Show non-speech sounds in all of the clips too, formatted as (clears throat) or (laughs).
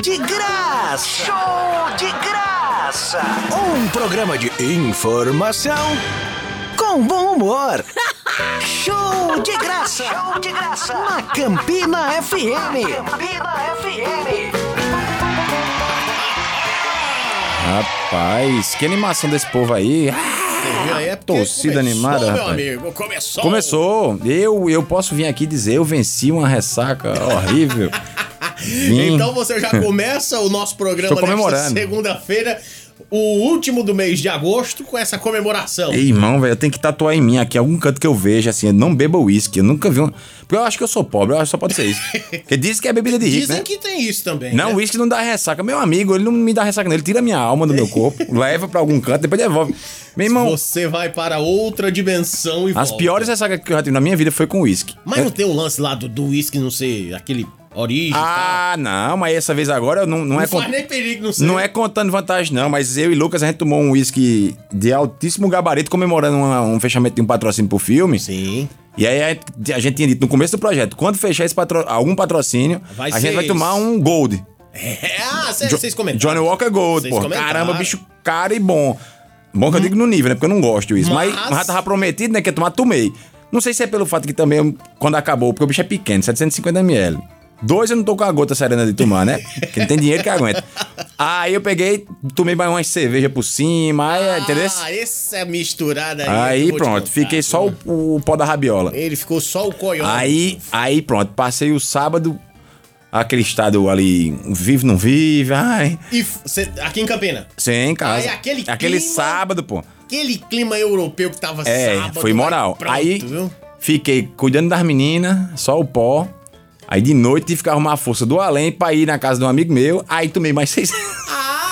de graça! Show de graça! Um programa de informação com bom humor. (laughs) Show de graça! Show de graça! Na Campina FM! Campina FM! Rapaz, que animação desse povo aí. Viu aí? É porque Torcida começou, animada, meu rapaz. amigo. Começou. Começou. Eu, eu posso vir aqui dizer, eu venci uma ressaca (laughs) horrível. Vim. Então você já começa o nosso programa Estou comemorando. segunda-feira, o último do mês de agosto, com essa comemoração. Ei, irmão, velho, eu tenho que tatuar em mim aqui, algum canto que eu veja, assim, não beba uísque. Eu nunca vi um. Porque eu acho que eu sou pobre, eu acho que só pode ser (laughs) isso. Porque dizem que é bebida de rico, Dizem né? que tem isso também. Não, né? o uísque não dá ressaca. Meu amigo, ele não me dá ressaca, não. Ele tira minha alma do meu (laughs) corpo, leva pra algum canto, depois devolve. Meu irmão, Você vai para outra dimensão e as volta. piores é- ressacas que eu já tive na minha vida foi com uísque. Mas não tem o lance lá do do uísque não ser aquele origem e tal? Ah, não, mas essa vez agora eu não, não é Não com... faz nem perigo, não sei. Não é contando vantagem, não, mas eu e Lucas a gente tomou um uísque de altíssimo gabarito comemorando uma- um fechamento de um patrocínio pro filme. Sim. E aí a gente, a gente tinha dito no começo do projeto: quando fechar esse patro, algum patrocínio, Vai a ser gente vai isso. tomar um Gold. É, ah, cê- Jo- vocês comentaram. Johnny Walker Gold, Vocês pô. comentaram. Caramba, bicho caro e bom. Bom que eu digo no nível, né? Porque eu não gosto disso. Mas, Mas- mas já tava prometido, né? Que ia tomar, tomei. Não sei se é pelo fato que também, eu- quando acabou, porque o bicho é pequeno, 750ml. Dois eu não tô com a gota serena de tomar, né? Porque não tem dinheiro que aguenta. Aí eu peguei, tomei mais uma cerveja por cima, aí, entendeu? Ah, essa misturada aí. Aí eu vou te pronto, contar. fiquei só o, o pó da rabiola. Ele ficou só o coiote. Aí, aí pronto, passei o sábado, aquele estado ali, vive, não vive, ai... E f- cê- aqui em Campina. Sim, em casa. Aí, aquele clima- sábado, pô. Aquele clima europeu que tava É, sábado. foi moral. pronto, aí viu? fiquei cuidando das meninas, só o pó. Aí de noite tive que arrumar a força do além pra ir na casa de um amigo meu. Aí tomei mais seis. (laughs)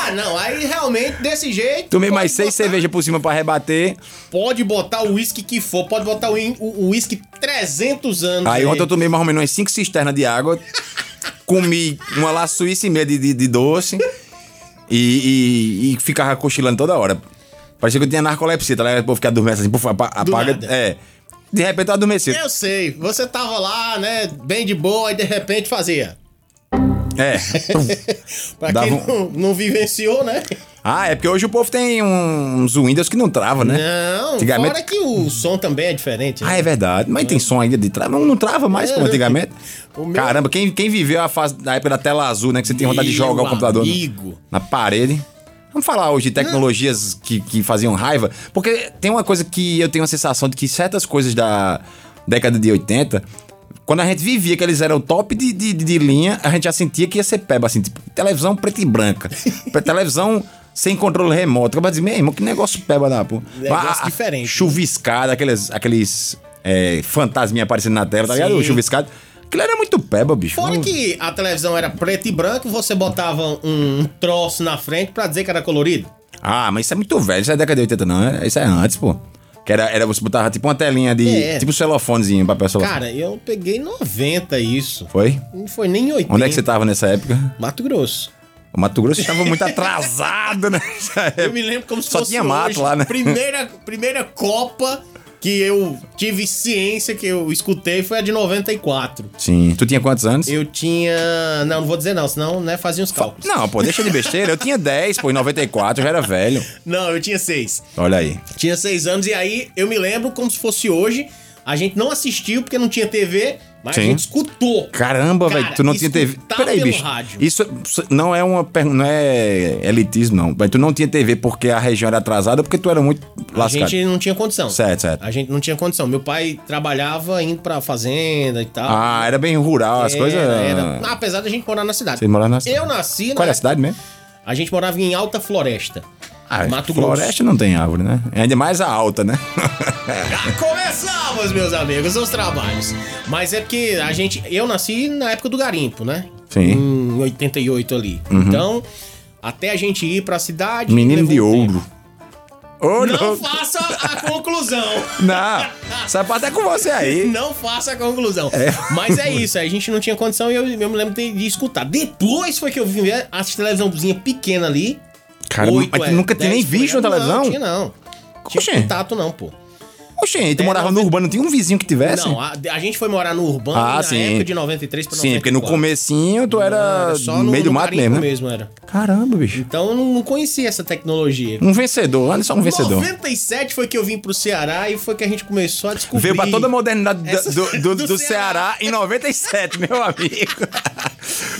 Ah, não. Aí realmente, desse jeito. tomei pode mais seis botar- cervejas por cima pra rebater. Pode botar o uísque que for. Pode botar o in- o uísque 300 anos. Aí ontem eu tomei mais ou menos umas cinco cisternas de água. comi uma lá suíça e meia de, de- de doce. E, e- e ficava cochilando toda hora. Parecia que eu tinha narcolepsia, tá ligado? Pô, ficar dormindo assim, pô, apa- apaga. nada. É. De repente eu adormeci. Eu sei. Você tava lá, né? Bem de boa. Aí de repente fazia. (laughs) É. Pra Dava quem um- não, não (laughs) vivenciou, né? Ah, é porque hoje o povo tem um, uns Windows que não trava, né? É. Não. Antigamente- Fora que o som também é diferente. né? Ah, é verdade. Mas tem som ainda de trava. Não, não trava mais como antigamente. É. O meu- Caramba, quem, quem viveu a fase da época da tela azul, né? Que você tem vontade de Meu jogar o computador né? no- é um amigo. na parede. Vamos falar hoje de tecnologias que, que faziam raiva. Porque tem uma coisa que eu tenho a sensação de que certas coisas da década de 80, quando a gente vivia que eles eram top de, de, de- de linha, a gente já sentia que ia ser peba, assim, tipo, televisão preta e (laughs) branca. Pra televisão sem controle remoto. Acaba de dizer, meu irmão, que negócio peba da porra. Negócio Mas a- a- diferente. né? Chuviscada, aqueles, aqueles é, fantasminha aparecendo na tela, tá Sim. ligado? O chuviscado. Aquilo era muito peba, bicho. Fora Não- que a televisão era preta e branca, você botava um troço na frente pra dizer que era colorido. Ah, mas isso é muito velho, isso é década de 80, não. é- Isso é antes, pô. Que era, era você botava tipo uma telinha de. É. Tipo um celofonezinho, papel celofone. Cara, eu peguei 90 isso. Foi? Não foi nem 80. Onde é que você tava nessa época? Mato Grosso. O Mato Grosso estava muito atrasado (laughs) nessa Eu época. me lembro como se Só fosse tinha mato hoje, lá, né? Primeira, primeira Copa que eu tive ciência, que eu escutei, foi a de 94. Sim. Tu tinha quantos anos? Eu tinha... Não, não vou dizer não, senão né, fazia uns cálculos. Não, pô, deixa de besteira. Eu tinha 10, pô, em 94, eu já era velho. Não, eu tinha seis. Olha aí. Tinha seis anos e aí eu me lembro como se fosse hoje. A gente não assistiu porque não tinha TV, mas a Sim. gente escutou. Caramba, Cara, velho, tu não tinha TV. escutar Peraí, pelo bicho. rádio. Isso isso não é uma per- não é elitismo não. Mas tu não tinha TV porque a região era atrasada, ou porque tu era muito A lascado. gente não tinha condição. Certo, certo. A gente não tinha condição. Meu pai trabalhava indo pra fazenda e tal. Ah, era bem rural, as Era, coisas. era. Apesar da gente morar na cidade. Vocês moraram na- Eu nasci na Qual é a cidade mesmo? A gente morava em Alta Floresta. Ah, Mato floresta não tem árvore, né? Ainda mais a alta, né? (laughs) Grosso. Ah, Começamos, meus amigos, os trabalhos. Mas é porque a gente. Eu nasci na época do garimpo, né? Sim. Uhum. Em 88 ali. Então, até a gente ir pra cidade. Menino levou de um tempo. ouro. Ô, Não louco. faça a conclusão. Não, essa parte é com você aí. Não faça a conclusão. Mas é isso, a gente não tinha condição e eu, eu me lembro de, de escutar. Depois foi que eu vim ver as televisãozinha pequena ali. Cara, Oito, mas é, tu nunca tinha nem dez visto na polegadas. televisão? assim? Não, tinha não. Tinha Oxê. contato não, pô. Oxê, e tu É, morava no noventa- Urbano, não tinha um vizinho que tivesse? Não, a, a gente foi morar no Urbano assim. Ah, na sim. época de 93 pra 94. Sim, porque no comecinho tu era, Era no meio do mato garimpo mesmo, né? era. Caramba, bicho. Então eu não não conhecia essa tecnologia. Um vencedor, Anderson é um vencedor. 97 foi que eu vim pro Ceará e foi que a gente começou a descobrir. Veio pra toda a modernidade da- Essa- do, do- do do Ceará. Ceará. em 97, meu amigo.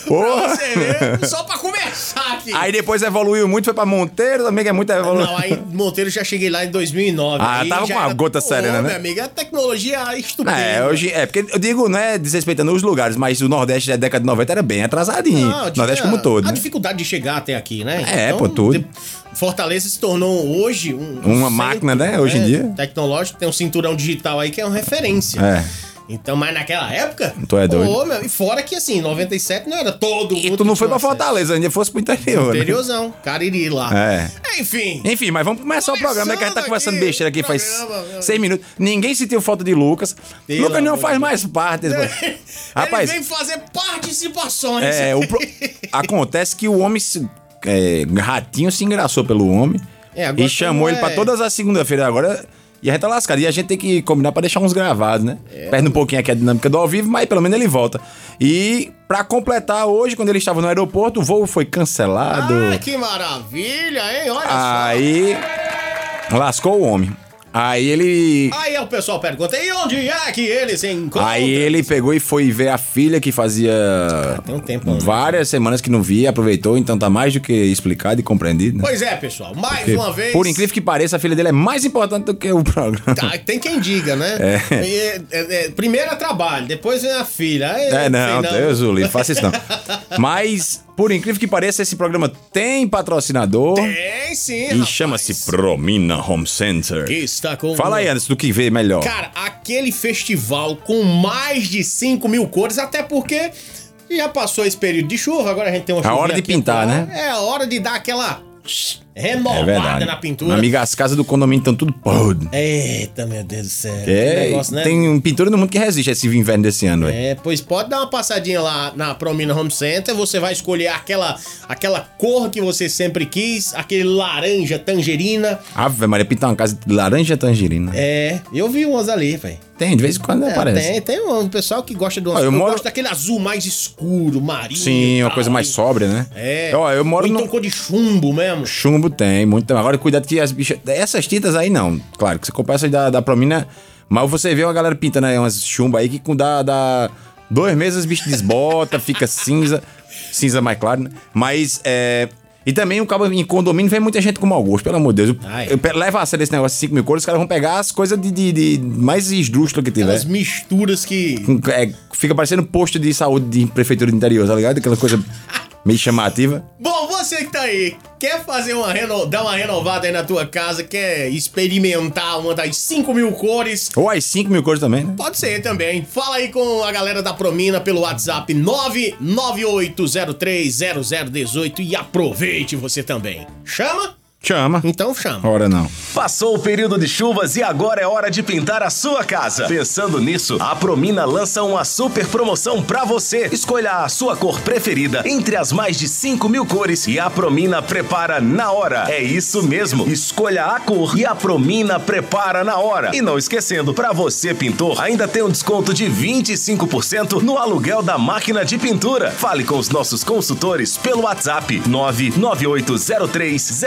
Pra Porra. você ver, Só pra começar aqui. (laughs) Aí depois evoluiu muito, foi pra Monteiro, também que é muito evoluído. Não, aí Monteiro já cheguei lá em 2009. Ah, aí tava já com uma era- gota Pô, serena, né? Meu amigo, a tecnologia é estupenda. É, hoje. É, porque eu digo, não é desrespeitando os lugares, mas o Nordeste da década de 90 era bem atrasadinho. Não, tinha Nordeste como um todo. A Né? dificuldade de chegar até aqui, né? É, pô, tudo. Fortaleza se tornou hoje um, é, Uma máquina, né, hoje em dia. Tecnológico, tem um cinturão digital aí que é uma referência. É. Então, mas naquela época. Tu é doido. Pô, meu, e fora que assim, 97 não era todo mundo. E tu que não tinha foi pra acesso. Fortaleza, ainda fosse pro interior. né? Interiorzão, Cariri lá. É. Enfim. Enfim, mas vamos começar o programa, né? Que a gente tá Começando conversando aqui, besteira aqui faz programa. seis minutos. Ninguém sentiu falta de Lucas. Pelo Lucas não amor faz de mais parte. (laughs) Ele Rapaz, vem fazer participações. É, o pro- acontece que o homem, se- é, ratinho, se engraçou pelo homem É, agora e chamou como ele pra é- todas as segunda-feiras. Agora, e a gente tá lascado. E a gente tem que combinar pra deixar uns gravados, né? É. Perde um pouquinho aqui a dinâmica do ao vivo, mas pelo menos ele volta. E pra completar, hoje, quando ele estava no aeroporto, o voo foi cancelado. Ah, que maravilha, hein? Olha Aí, lascou o homem. Aí ele... só. Aí o pessoal pergunta, e onde é que ele se encontra? Aí ele pegou e foi ver a filha que fazia Tem um tempo. né? várias semanas que não via, aproveitou, então tá mais do que explicado e compreendido. né? Pois é, pessoal, mais Porque, uma vez... Por incrível que pareça, a filha dele é mais importante do que o programa. Ah, tem quem diga, né? É, é, é, primeiro é trabalho, depois vem a filha. aí (laughs) É, não, sei Deus o livre, faça isso (laughs) não. Mas, por incrível que pareça, esse programa tem patrocinador Tem sim, e rapaz. chama-se Promina Home Center. Está com... um- Fala aí, Anderson, do que vê melhor. Cara, aquele festival com mais de 5 mil cores, até porque já passou esse período de chuva, agora a gente tem uma A hora de aqui e pintar, acolá. né? É a hora de dar aquela é renovada verdade. na pintura. Amiga, as casas do condomínio estão tudo podre. Eita, meu Deus do céu. É, que negócio, né? tem um pintura no mundo que resiste a esse inverno desse ano, velho. É, pois pode dar uma passadinha lá na Promina Home Center, você vai escolher aquela, aquela cor que você sempre quis, aquele laranja tangerina. Ave Maria, pintar uma casa de laranja tangerina. É, eu vi umas ali, velho. Tem, de vez em quando É, aparece. Tem, tem um pessoal que gosta de umas Ah, eu eu moro- gosto daquele azul mais escuro, marinho. Sim, e uma tal, coisa mais e- sóbria, né? É. Ó, eu moro Ou então num- cor de chumbo mesmo. Chumbo tem, muito. Agora, cuidado que as bichas. Essas tintas aí não. Claro, que você compra essas da, da Promina. Mas você vê uma galera pintando aí umas chumbo aí que com dá, dá dois meses os bichos desbota, (laughs) fica cinza. Cinza mais claro, né? Mas é. E também o cabo em condomínio vem muita gente com mau gosto, pelo amor de Deus. Eu- Ai. eu pe- leva a sério esse negócio de 5 mil cores, os caras vão pegar as coisas de, de, de mais esdrúxula que tiver. Aquelas misturas que. Com- é, fica parecendo posto de saúde de prefeitura do interior, tá ligado? Aquela coisa meio chamativa. Bom, você que tá aí, quer fazer uma reno... dar uma renovada aí na tua casa, quer experimentar uma das 5 mil cores? Ou as 5 mil cores também, né? Pode ser também. Fala aí com a galera da Promina pelo WhatsApp 998030018 e aproveite você também. Chama? Chama. Então chama. Ora não. Passou o período de chuvas e agora é hora de pintar a sua casa. Pensando nisso, a Promina lança uma super promoção pra você. Escolha a sua cor preferida entre as mais de 5 mil cores e a Promina prepara na hora. É isso mesmo. Escolha a cor e a Promina prepara na hora. E não esquecendo, pra você pintor, ainda tem um desconto de 25% no aluguel da máquina de pintura. Fale com os nossos consultores pelo WhatsApp 998030018.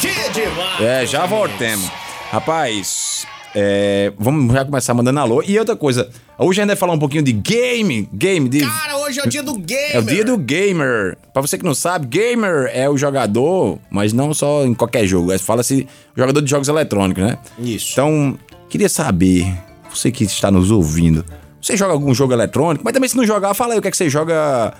Que demais! É, já voltemos. Rapaz, é, vamos já começar mandando alô. E outra coisa, hoje ainda vai falar um pouquinho de game. Game de. Cara, hoje é o dia do gamer. É o dia do gamer. Pra você que não sabe, gamer é o jogador, mas não só em qualquer jogo. É, Fala-se jogador de jogos eletrônicos, né? Isso. Então, queria saber, você que está nos ouvindo, você joga algum jogo eletrônico? Mas também se não jogar, fala aí o que é que você joga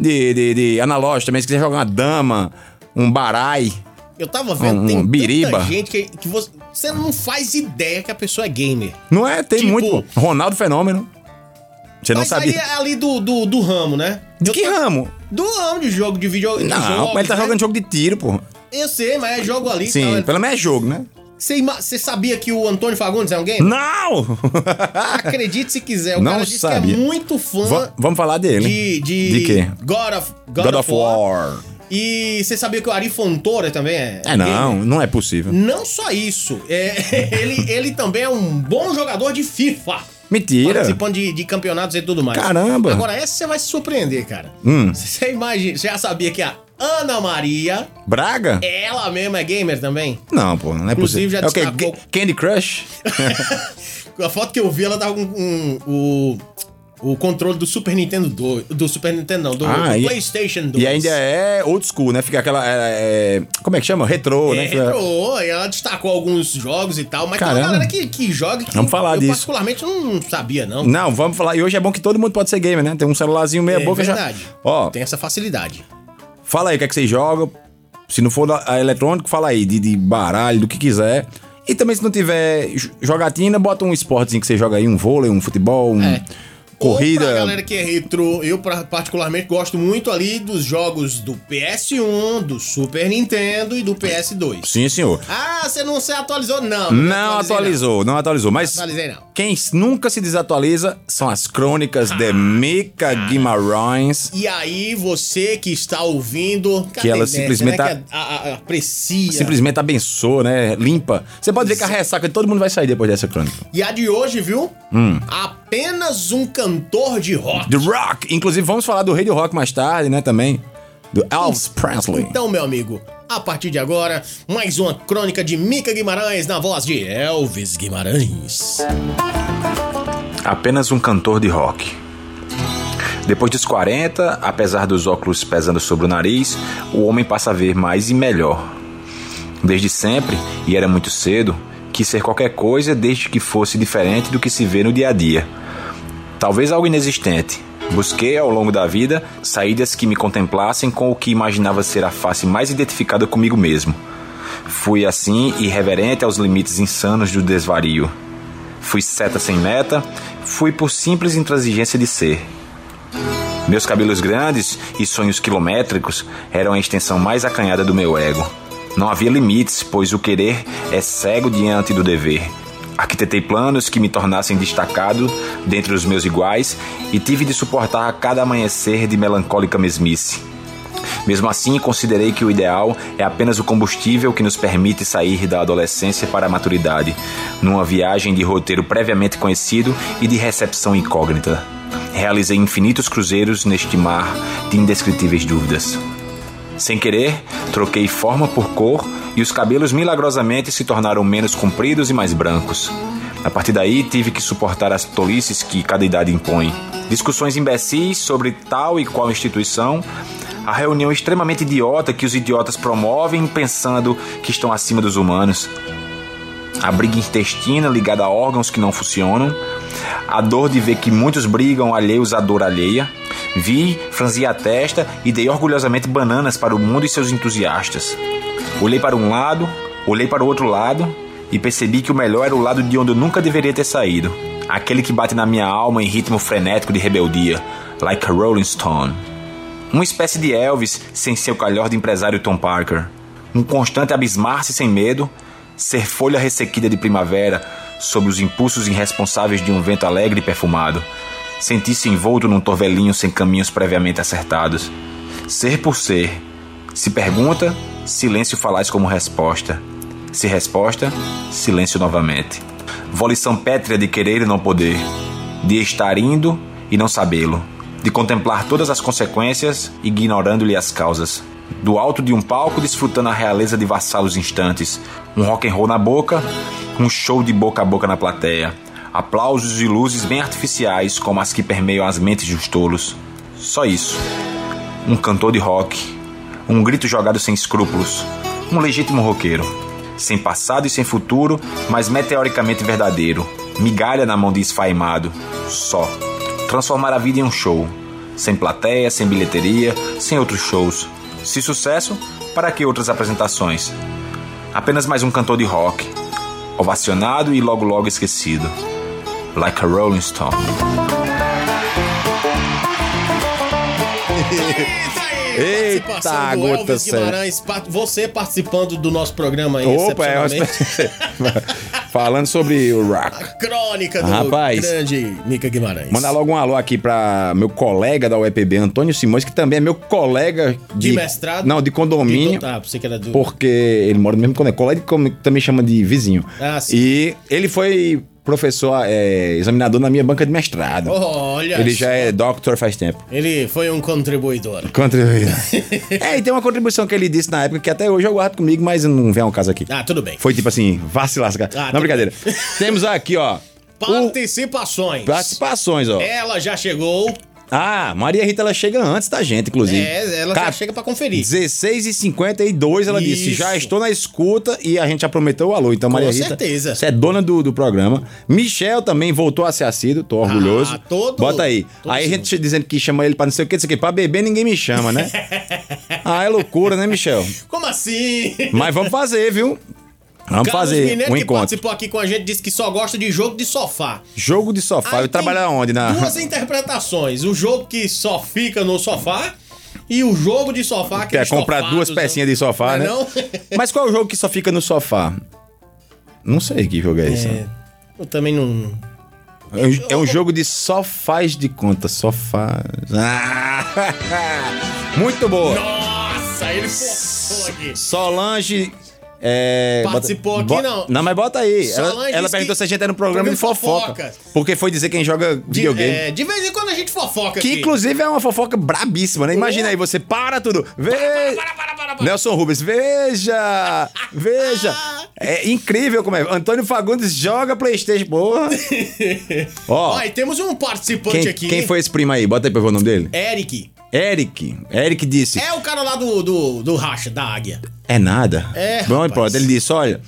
de, de, de analógico também. Se quiser jogar uma dama, um barai. Eu tava vendo, Um- tem um biriba. tanta gente que, que você, você não faz ideia que a pessoa é gamer. Não é? Tem Tipo- muito. Ronaldo Fenômeno. Você não Mas ali sabia. é ali do, do, do ramo, né? De Eu que tô- ramo? Do ramo de jogo de videogame. Não, mas ele tá jogando jogo de tiro, pô. Eu sei, mas é jogo ali. e Sim, tal. pelo menos é jogo, né? Você, ima- você sabia que o Antônio Fagundes é (laughs) um gamer? Não! Acredite se quiser, o Não cara disse que é sabia. muito fã Va- vamos falar dele. de, De de, quê? God of, God God of of War. E você sabia que o Ari Fontoura também é? É, não, não é possível. Não só isso, é, (laughs) ele, ele também é um bom jogador de FIFA. Mentira. Participando de, de campeonatos e tudo mais. Caramba. Agora, essa você vai se surpreender, cara. Hum. Você imagina, você já sabia que a Ana Maria, Braga? ela mesma é gamer também? Não, pô, não é Inclusive, possível. já é o quê? destacou- Ga- Candy Crush? A foto que eu vi, ela tava com com o. O controle do Super Nintendo 2. Do Super Nintendo, não, do, Ah, do e- PlayStation 2. E ainda é old school, né? Fica aquela. é, é, como é que chama? Retrô, né? Fica- É, Entrou, e ela destacou alguns jogos e tal, mas tem uma Caramba. galera que, que joga que Vamos falar eu disso. particularmente não sabia, não. Não, vamos falar. E hoje é bom que todo mundo pode ser gamer, né? Tem um celularzinho meia é boca verdade. já. Ó, Tem essa facilidade. fala aí o que é que vocês jogam. Se não for da- a eletrônico, fala aí de, de baralho, do que quiser. E também se não tiver jo- jogatina, bota um esportezinho que você joga aí, um vôlei, um futebol, um É. Ou pra corrida. galera que é retro, eu pra- particularmente gosto muito ali dos jogos do PS1, do Super Nintendo e do PS2. Sim, senhor. Ah, você não se atualizou? Não. Não atualizei, atualizou, não atualizou. Mas Não atualizei, não. quem s- nunca se desatualiza são as crônicas de Mica Ah. Guimarães. E aí, você que está ouvindo, cadê ela Nessa, simplesmente né? Que a- a- a- aprecia. Simplesmente abençoa, né? Limpa. Você pode ver que a ressaca de todo mundo vai sair depois dessa crônica. E a de hoje, viu? Apenas um cantor de rock. The Rock. Inclusive, vamos falar do rei do rock mais tarde, né? Também. Do Elvis Presley. Então, meu amigo, a partir de agora, mais uma crônica de Mica Guimarães na voz de Elvis Guimarães. apenas um cantor de rock. Depois dos 40, apesar dos óculos pesando sobre o nariz, o homem passa a ver mais e melhor. Desde sempre, e era muito cedo, quis ser qualquer coisa desde que fosse diferente do que se vê no dia a dia. Talvez algo inexistente. Busquei ao longo da vida saídas que me contemplassem com o que imaginava ser a face mais identificada comigo mesmo. Fui assim irreverente aos limites insanos do desvario. Fui seta sem meta, fui por simples intransigência de ser. Meus cabelos grandes e sonhos quilométricos eram a extensão mais acanhada do meu ego. Não havia limites, pois o querer é cego diante do dever. Arquitetei planos que me tornassem destacado dentre os meus iguais e tive de suportar a cada amanhecer de melancólica mesmice. Mesmo assim, considerei que o ideal é apenas o combustível que nos permite sair da adolescência para a maturidade, numa viagem de roteiro previamente conhecido e de recepção incógnita. Realizei infinitos cruzeiros neste mar de indescritíveis dúvidas. Sem querer, troquei forma por cor e os cabelos milagrosamente se tornaram menos compridos e mais brancos. A partir daí, tive que suportar as tolices que cada idade impõe. Discussões imbecis sobre tal e qual instituição, a reunião extremamente idiota que os idiotas promovem pensando que estão acima dos humanos a briga intestina ligada a órgãos que não funcionam, a dor de ver que muitos brigam alheios à dor alheia. Vi, franzi a testa e dei orgulhosamente bananas para o mundo e seus entusiastas. Olhei para um lado, olhei para o outro lado e percebi que o melhor era o lado de onde eu nunca deveria ter saído. Aquele que bate na minha alma em ritmo frenético de rebeldia, like a Rolling Stone. Uma espécie de Elvis sem seu calhor de empresário Tom Parker. Um constante abismar-se sem medo, ser folha ressequida de primavera sob os impulsos irresponsáveis de um vento alegre e perfumado. Sentir-se envolto num torvelinho sem caminhos previamente acertados. Ser por ser. Se pergunta, silêncio falaz como resposta. Se resposta, silêncio novamente. Volição pétrea de querer e não poder de estar indo e não sabê-lo, de contemplar todas as consequências, ignorando-lhe as causas, do alto de um palco desfrutando a realeza de vassalos instantes, um rock and roll na boca, um show de boca a boca na plateia, aplausos e luzes bem artificiais como as que permeiam as mentes dos tolos. Só isso. Um cantor de rock, um grito jogado sem escrúpulos, um legítimo roqueiro, sem passado e sem futuro, mas meteoricamente verdadeiro, migalha na mão de esfaimado, só. Transformar a vida em um show, sem plateia, sem bilheteria, sem outros shows. Se sucesso, para que outras apresentações? Apenas mais um cantor de rock, ovacionado e logo logo esquecido. Like a Rolling Stone. Eita, aí, Eita, participação do gota Elvis séria. Guimarães, pa- você participando do nosso programa aí, Opa, é, excepcionalmente. (laughs) Falando sobre o rock. Crônica do Rapaz. grande Mica Guimarães. Manda logo um alô aqui pra meu colega da UEPB, Antônio Simões, que também é meu colega de. De mestrado? Não, de condomínio. De- Ah, pensei que era do... Porque ele mora no mesmo condomínio. Colega de condomínio, que também chama de vizinho. Ah, sim. E ele foi professor, é, examinador na minha banca de mestrado. Olha ele só. já é doctor faz tempo. Ele foi um contribuidor. (laughs) Contribuiu. é, e tem uma contribuição que ele disse na época que até hoje eu guardo comigo, mas não vem ao caso aqui. Ah, tudo bem. Foi tipo assim, vá se lascar. Ah, não, tá brincadeira. Temos aqui, ó. o- Participações. Participações, ó. Ela já chegou. Ah, Maria Rita, ela chega antes da gente, inclusive. É, ela já chega pra conferir. 16 e 52 ela disse, Isso. já estou na escuta e a gente já prometeu o alô. Então, Maria Rita, certeza. você é dona do, do programa. Michel também voltou a ser assíduo, tô orgulhoso. Ah, todo- Bota aí. todo aí a sim. gente dizendo que chama ele pra não sei o que, não sei o que. Pra beber ninguém me chama, (laughs) né? ah, é loucura, né, Michel? Como assim? Mas vamos fazer, viu? Vamos Carlos fazer Mineiro, um que encontro. participou aqui com a gente, disse que só gosta de jogo de sofá. Jogo de sofá. Aí eu trabalho tem aonde? Na... Duas interpretações. O jogo que só fica no sofá e o jogo de sofá que (laughs) Quer é comprar duas pecinhas de sofá, né? Não, Mas qual é o jogo que só fica no sofá? Não sei que jogo (laughs) é esse. né? Eu também não. É, um- é um jogo de só faz de conta, só faz. Ah, (laughs) muito boa. Nossa, ele forçou aqui. Solange. é, bota- Participou aqui, bo- não. Não, mas bota aí. Ela- Solange ela disse perguntou que- se a gente era um programa de fofoca. Fofocas. Porque foi dizer quem joga De, videogame. é, de vez em quando a gente fofoca Que aqui. É. inclusive é uma fofoca brabíssima, né? Imagina aí, você para tudo. Vê... Nelson Rubens, veja! Veja! Ah. É incrível como é. Antônio Fagundes joga Playstation. (laughs) Porra! Ó, Ó, e temos um participante quem, aqui. quem foi esse primo aí? Bota aí pra eu ver o nome dele. Eric. Eric. Eric disse. É o cara lá do, do, do Racha, da Águia. É nada. É, Bom, rapaz. pronto. Ele disse: olha,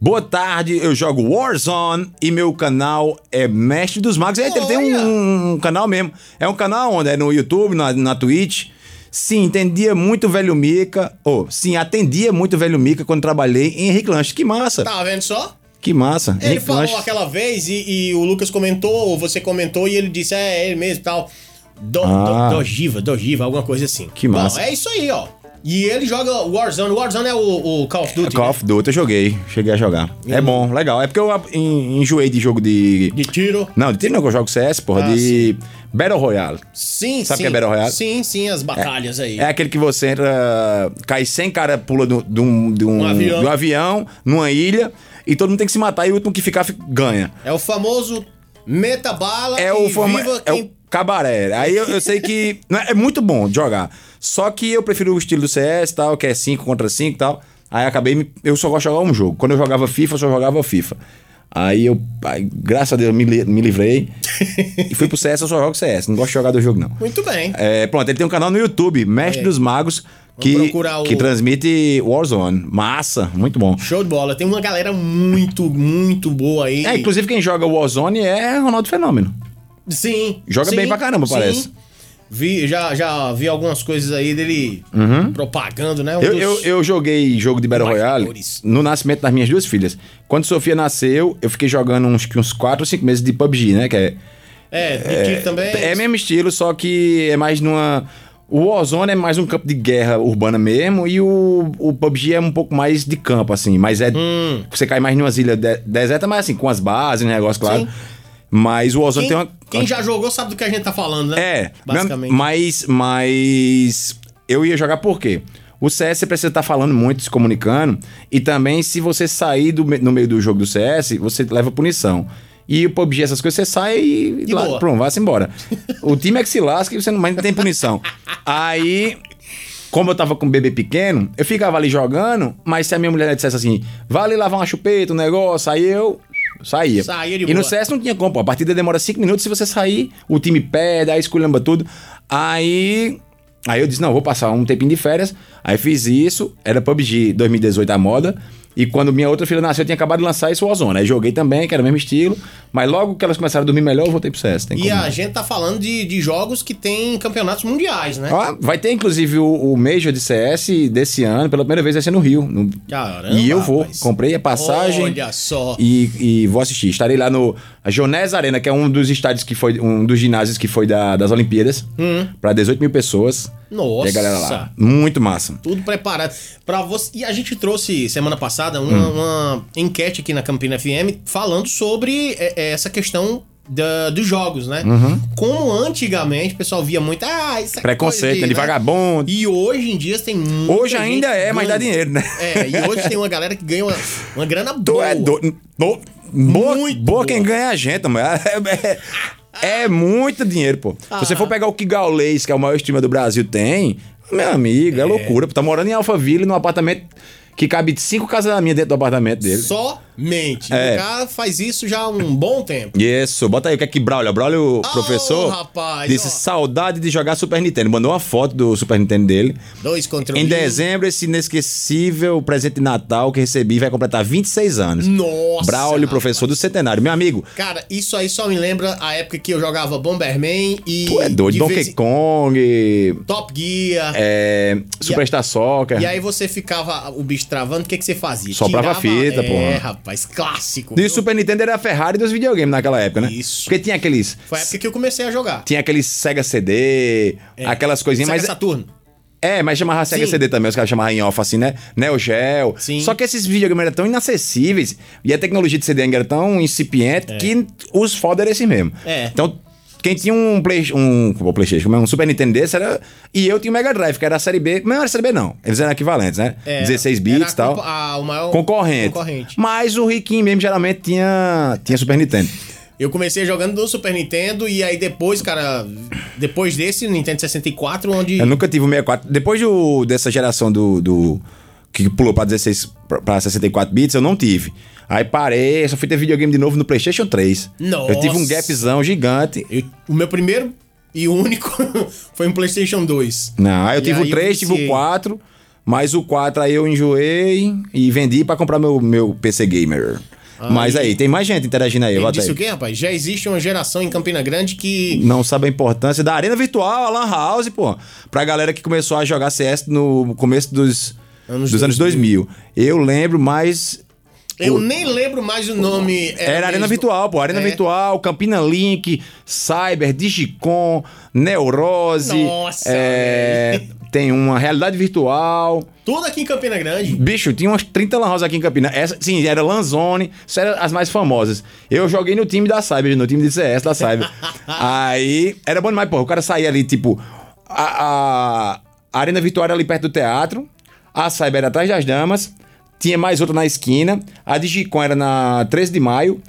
boa tarde, eu jogo Warzone e meu canal é Mestre dos Magos. Ele tem- tem Olha. um, um canal mesmo. É um canal onde? É no YouTube, na, na Twitch. Sim, entendia muito o velho Mica. Ou, sim, atendia muito o velho Mica quando trabalhei em Henrique Lanches. Que massa! Tá vendo só? Que massa! Ele Henrique falou Lanches. aquela vez e, e o Lucas comentou, ou você comentou, e ele disse, é, é ele mesmo e tal. Do, Ah. do, dogiva, dogiva, alguma coisa assim. Que massa. Bom, é isso aí, ó. E ele joga Warzone. Warzone é o, o Call of Duty. né? Call of Duty, eu joguei, cheguei a jogar. Hum. É bom, legal. É porque eu ah, en- enjoei de jogo de. né? De tiro. Não, de tiro não que eu jogo CS, porra, Ah, de Battle Royale. Sim, Sabe sim. que é Battle Royale? Sim, sim, as batalhas aí. É aquele que você entra. Cai 100 cara, pula de um, de um, de um- Um avião. de um avião, numa ilha, e todo mundo tem que se matar, e o último que ficar fi- ganha. É o famoso meta bala É e o forma, viva É quem... o cabaré. Aí eu, eu sei que. (laughs) não, é muito bom jogar. Só que eu prefiro o estilo do CS e tal, que é 5 contra 5 e tal. Aí acabei. me- Eu só gosto de jogar um jogo. Quando eu jogava FIFA, eu só jogava FIFA. Aí eu, aí, graças a Deus, eu me, li- me livrei. (laughs) e fui pro CS, eu só jogo CS. Não gosto de jogar do jogo, não. Muito bem. É, pronto, ele tem um canal no YouTube, Mestre dos Magos, que, É. procurar o- que transmite Warzone. Massa, muito bom. Show de bola. Tem uma galera muito, muito boa aí. É, inclusive quem joga Warzone é Ronaldo Fenômeno. Sim. Joga sim, bem pra caramba, parece. Vi, já, já vi algumas coisas aí dele propagando, né? Um Uhum. Eu, dos- eu, eu joguei jogo de Battle Mais Royale cores. no nascimento das minhas duas filhas. Quando Sofia nasceu, eu fiquei jogando uns, que uns 4 ou 5 meses de PUBG, né? Que é, É, de tiro também. é mesmo estilo, só que é mais numa. O Warzone é mais um campo de guerra urbana mesmo, e o, o PUBG é um pouco mais de campo, assim. Mas é. Hum. Você cai mais numas ilhas de, desertas, mas assim, com as bases, um negócio, claro. Sim. Mas o Warzone tem Quem, uma. quem já jogou sabe do que a gente tá falando, né? É, basicamente. mas, mas eu ia jogar por quê? O CS você precisa estar falando muito, se comunicando, e também se você sair do me- no meio do jogo do CS, você leva punição. E o PUBG, essas coisas, você sai e. De boa. pronto, vai-se embora. o time é que se lasca e você não, mas não tem punição. Aí, como eu tava com um bebê pequeno, eu ficava ali jogando, mas se a minha mulher dissesse assim, vai ali lavar uma chupeta, um negócio, aí eu saía. Saía de e no boa. CS não tinha como, pô. A partida demora 5 minutos, se você sair, o time perde, aí esculhamba tudo. Aí. Aí eu disse, não, vou passar um tempinho de férias. Aí fiz isso, era PUBG 2018 a moda. E quando minha outra filha nasceu, eu tinha acabado de lançar isso Ozona. Aí joguei também, que era o mesmo estilo. Mas logo que elas começaram a dormir melhor, eu voltei pro CS. Tem E como. a gente tá falando de, de jogos que tem campeonatos mundiais, né? Ó, Ah, vai ter, inclusive, o, o Major de CS desse ano, pela primeira vez vai ser no Rio. no- Caramba, e eu vou. rapaz. Comprei a passagem. Olha só. E, e vou assistir. Estarei lá no Jonés Arena, que é um dos estádios que foi. Um dos ginásios que foi da- das Olimpíadas. Pra 18 mil pessoas. Hum. Nossa. E a galera lá. Muito massa. Tudo preparado. Pra você... E a gente trouxe semana passada uma, Hum. uma enquete aqui na Campina FM falando sobre é, é, essa questão da- dos jogos, né? Uhum. Como antigamente o pessoal via muito. Ah, isso aqui é Preconceito, coisa né? de, De vagabundo. E hoje em dia tem muita Hoje ainda gente é, mas dá ganha. dinheiro, né? É, e hoje tem uma galera que ganha uma, (laughs) uma grana Tu boa. é doido. Bo- Boa, Muito boa boa. quem ganha é a gente, mano. É, é- é muito dinheiro, pô. Se Ah. você for pegar o que Gaulês, que é o maior estima do Brasil, tem, meu amigo, é, loucura. pô. Tá morando em Alphaville, num apartamento que cabe cinco casas da minha dentro do apartamento dele. Somente. É. O cara faz isso já há um bom tempo. Isso, bota aí o que é que Braulio. Braulio, professor, rapaz, disse ó. saudade de jogar Super Nintendo. Mandou uma foto do Super Nintendo dele. Dois contra um. Em dezembro, esse inesquecível presente de Natal que recebi vai completar 26 anos. Nossa, Braulio, professor do Centenário. Meu amigo, Cara, isso aí só me lembra a época que eu jogava Bomberman e. tu é doido. de Donkey vez em- Kong, Top Gear. é, Superstar Soccer. E aí você ficava o bicho travando, o que, que você fazia? Soprava Tirava- a fita, é, É, porra. rapaz, clássico. E viu? o Super Nintendo era a Ferrari dos videogames naquela época, né? Isso. Porque tinha aqueles... Foi a época que eu comecei a jogar. É. Tinha aqueles Sega CD, aquelas coisinhas, Sega mas Saturno. É, mas chamava Sega Sim. CD também, os caras chamavam em off assim, né? Neo Geo. Sim. Só que esses videogames eram tão inacessíveis e a tecnologia de CD ainda era tão incipiente que os foda era esse mesmo. É. Então, quem tinha um, play, um, um PlayStation, como é, um Super Nintendo desse, era. E eu tinha o Mega Drive, que era a série B. Mas não era a série B, não. Eles eram equivalentes, né? É, 16 era bits a e tal. compa- a- o maior Concorrente. concorrente. Mas o Riquinho mesmo geralmente tinha, tinha Super Nintendo. Eu comecei jogando do Super Nintendo e aí depois, cara, depois desse, Nintendo 64, onde. Eu nunca tive o 64. Depois do- dessa geração do, do- que pulou pra 16 pra- pra 64 bits, eu não tive. Aí parei, só fui ter videogame de novo no PlayStation 3. Nossa. Eu tive um gapzão gigante. Eu- o meu primeiro e único (laughs) foi um PlayStation 2. Não, aí eu E tive o aí eu 3, tive o viciei. 4, mas o 4 aí eu enjoei e vendi pra comprar meu, meu PC gamer. Mas aí, tem mais gente interagindo aí, Ele bota disse aí. o quê, rapaz? Já existe uma geração em Campina Grande que. Não sabe a importância da arena virtual, a Lan House, pô. Pra galera que começou a jogar CS no começo dos Anos anos, dos anos 2000. Eu lembro, mas Eu nem lembro mais o nome. Era, Arena mesmo. Virtual, pô. Arena É. Virtual, Campina Link, Cyber, Digicom, Neurose. Nossa, é, velho. Tem uma realidade virtual. Tudo aqui em Campina Grande. É, Bicho, tinha umas 30 lan houses aqui em Campina. Essa, sim, era Lanzone. Isso era as mais famosas. Eu joguei no time da Cyber, no time de CS da Cyber. (laughs) Aí, era bom demais, pô. O cara saía ali, tipo... A, a Arena Virtual era ali perto do teatro. A Cyber era atrás das damas. Tinha mais outra na esquina. A Digicom era na 13 de maio.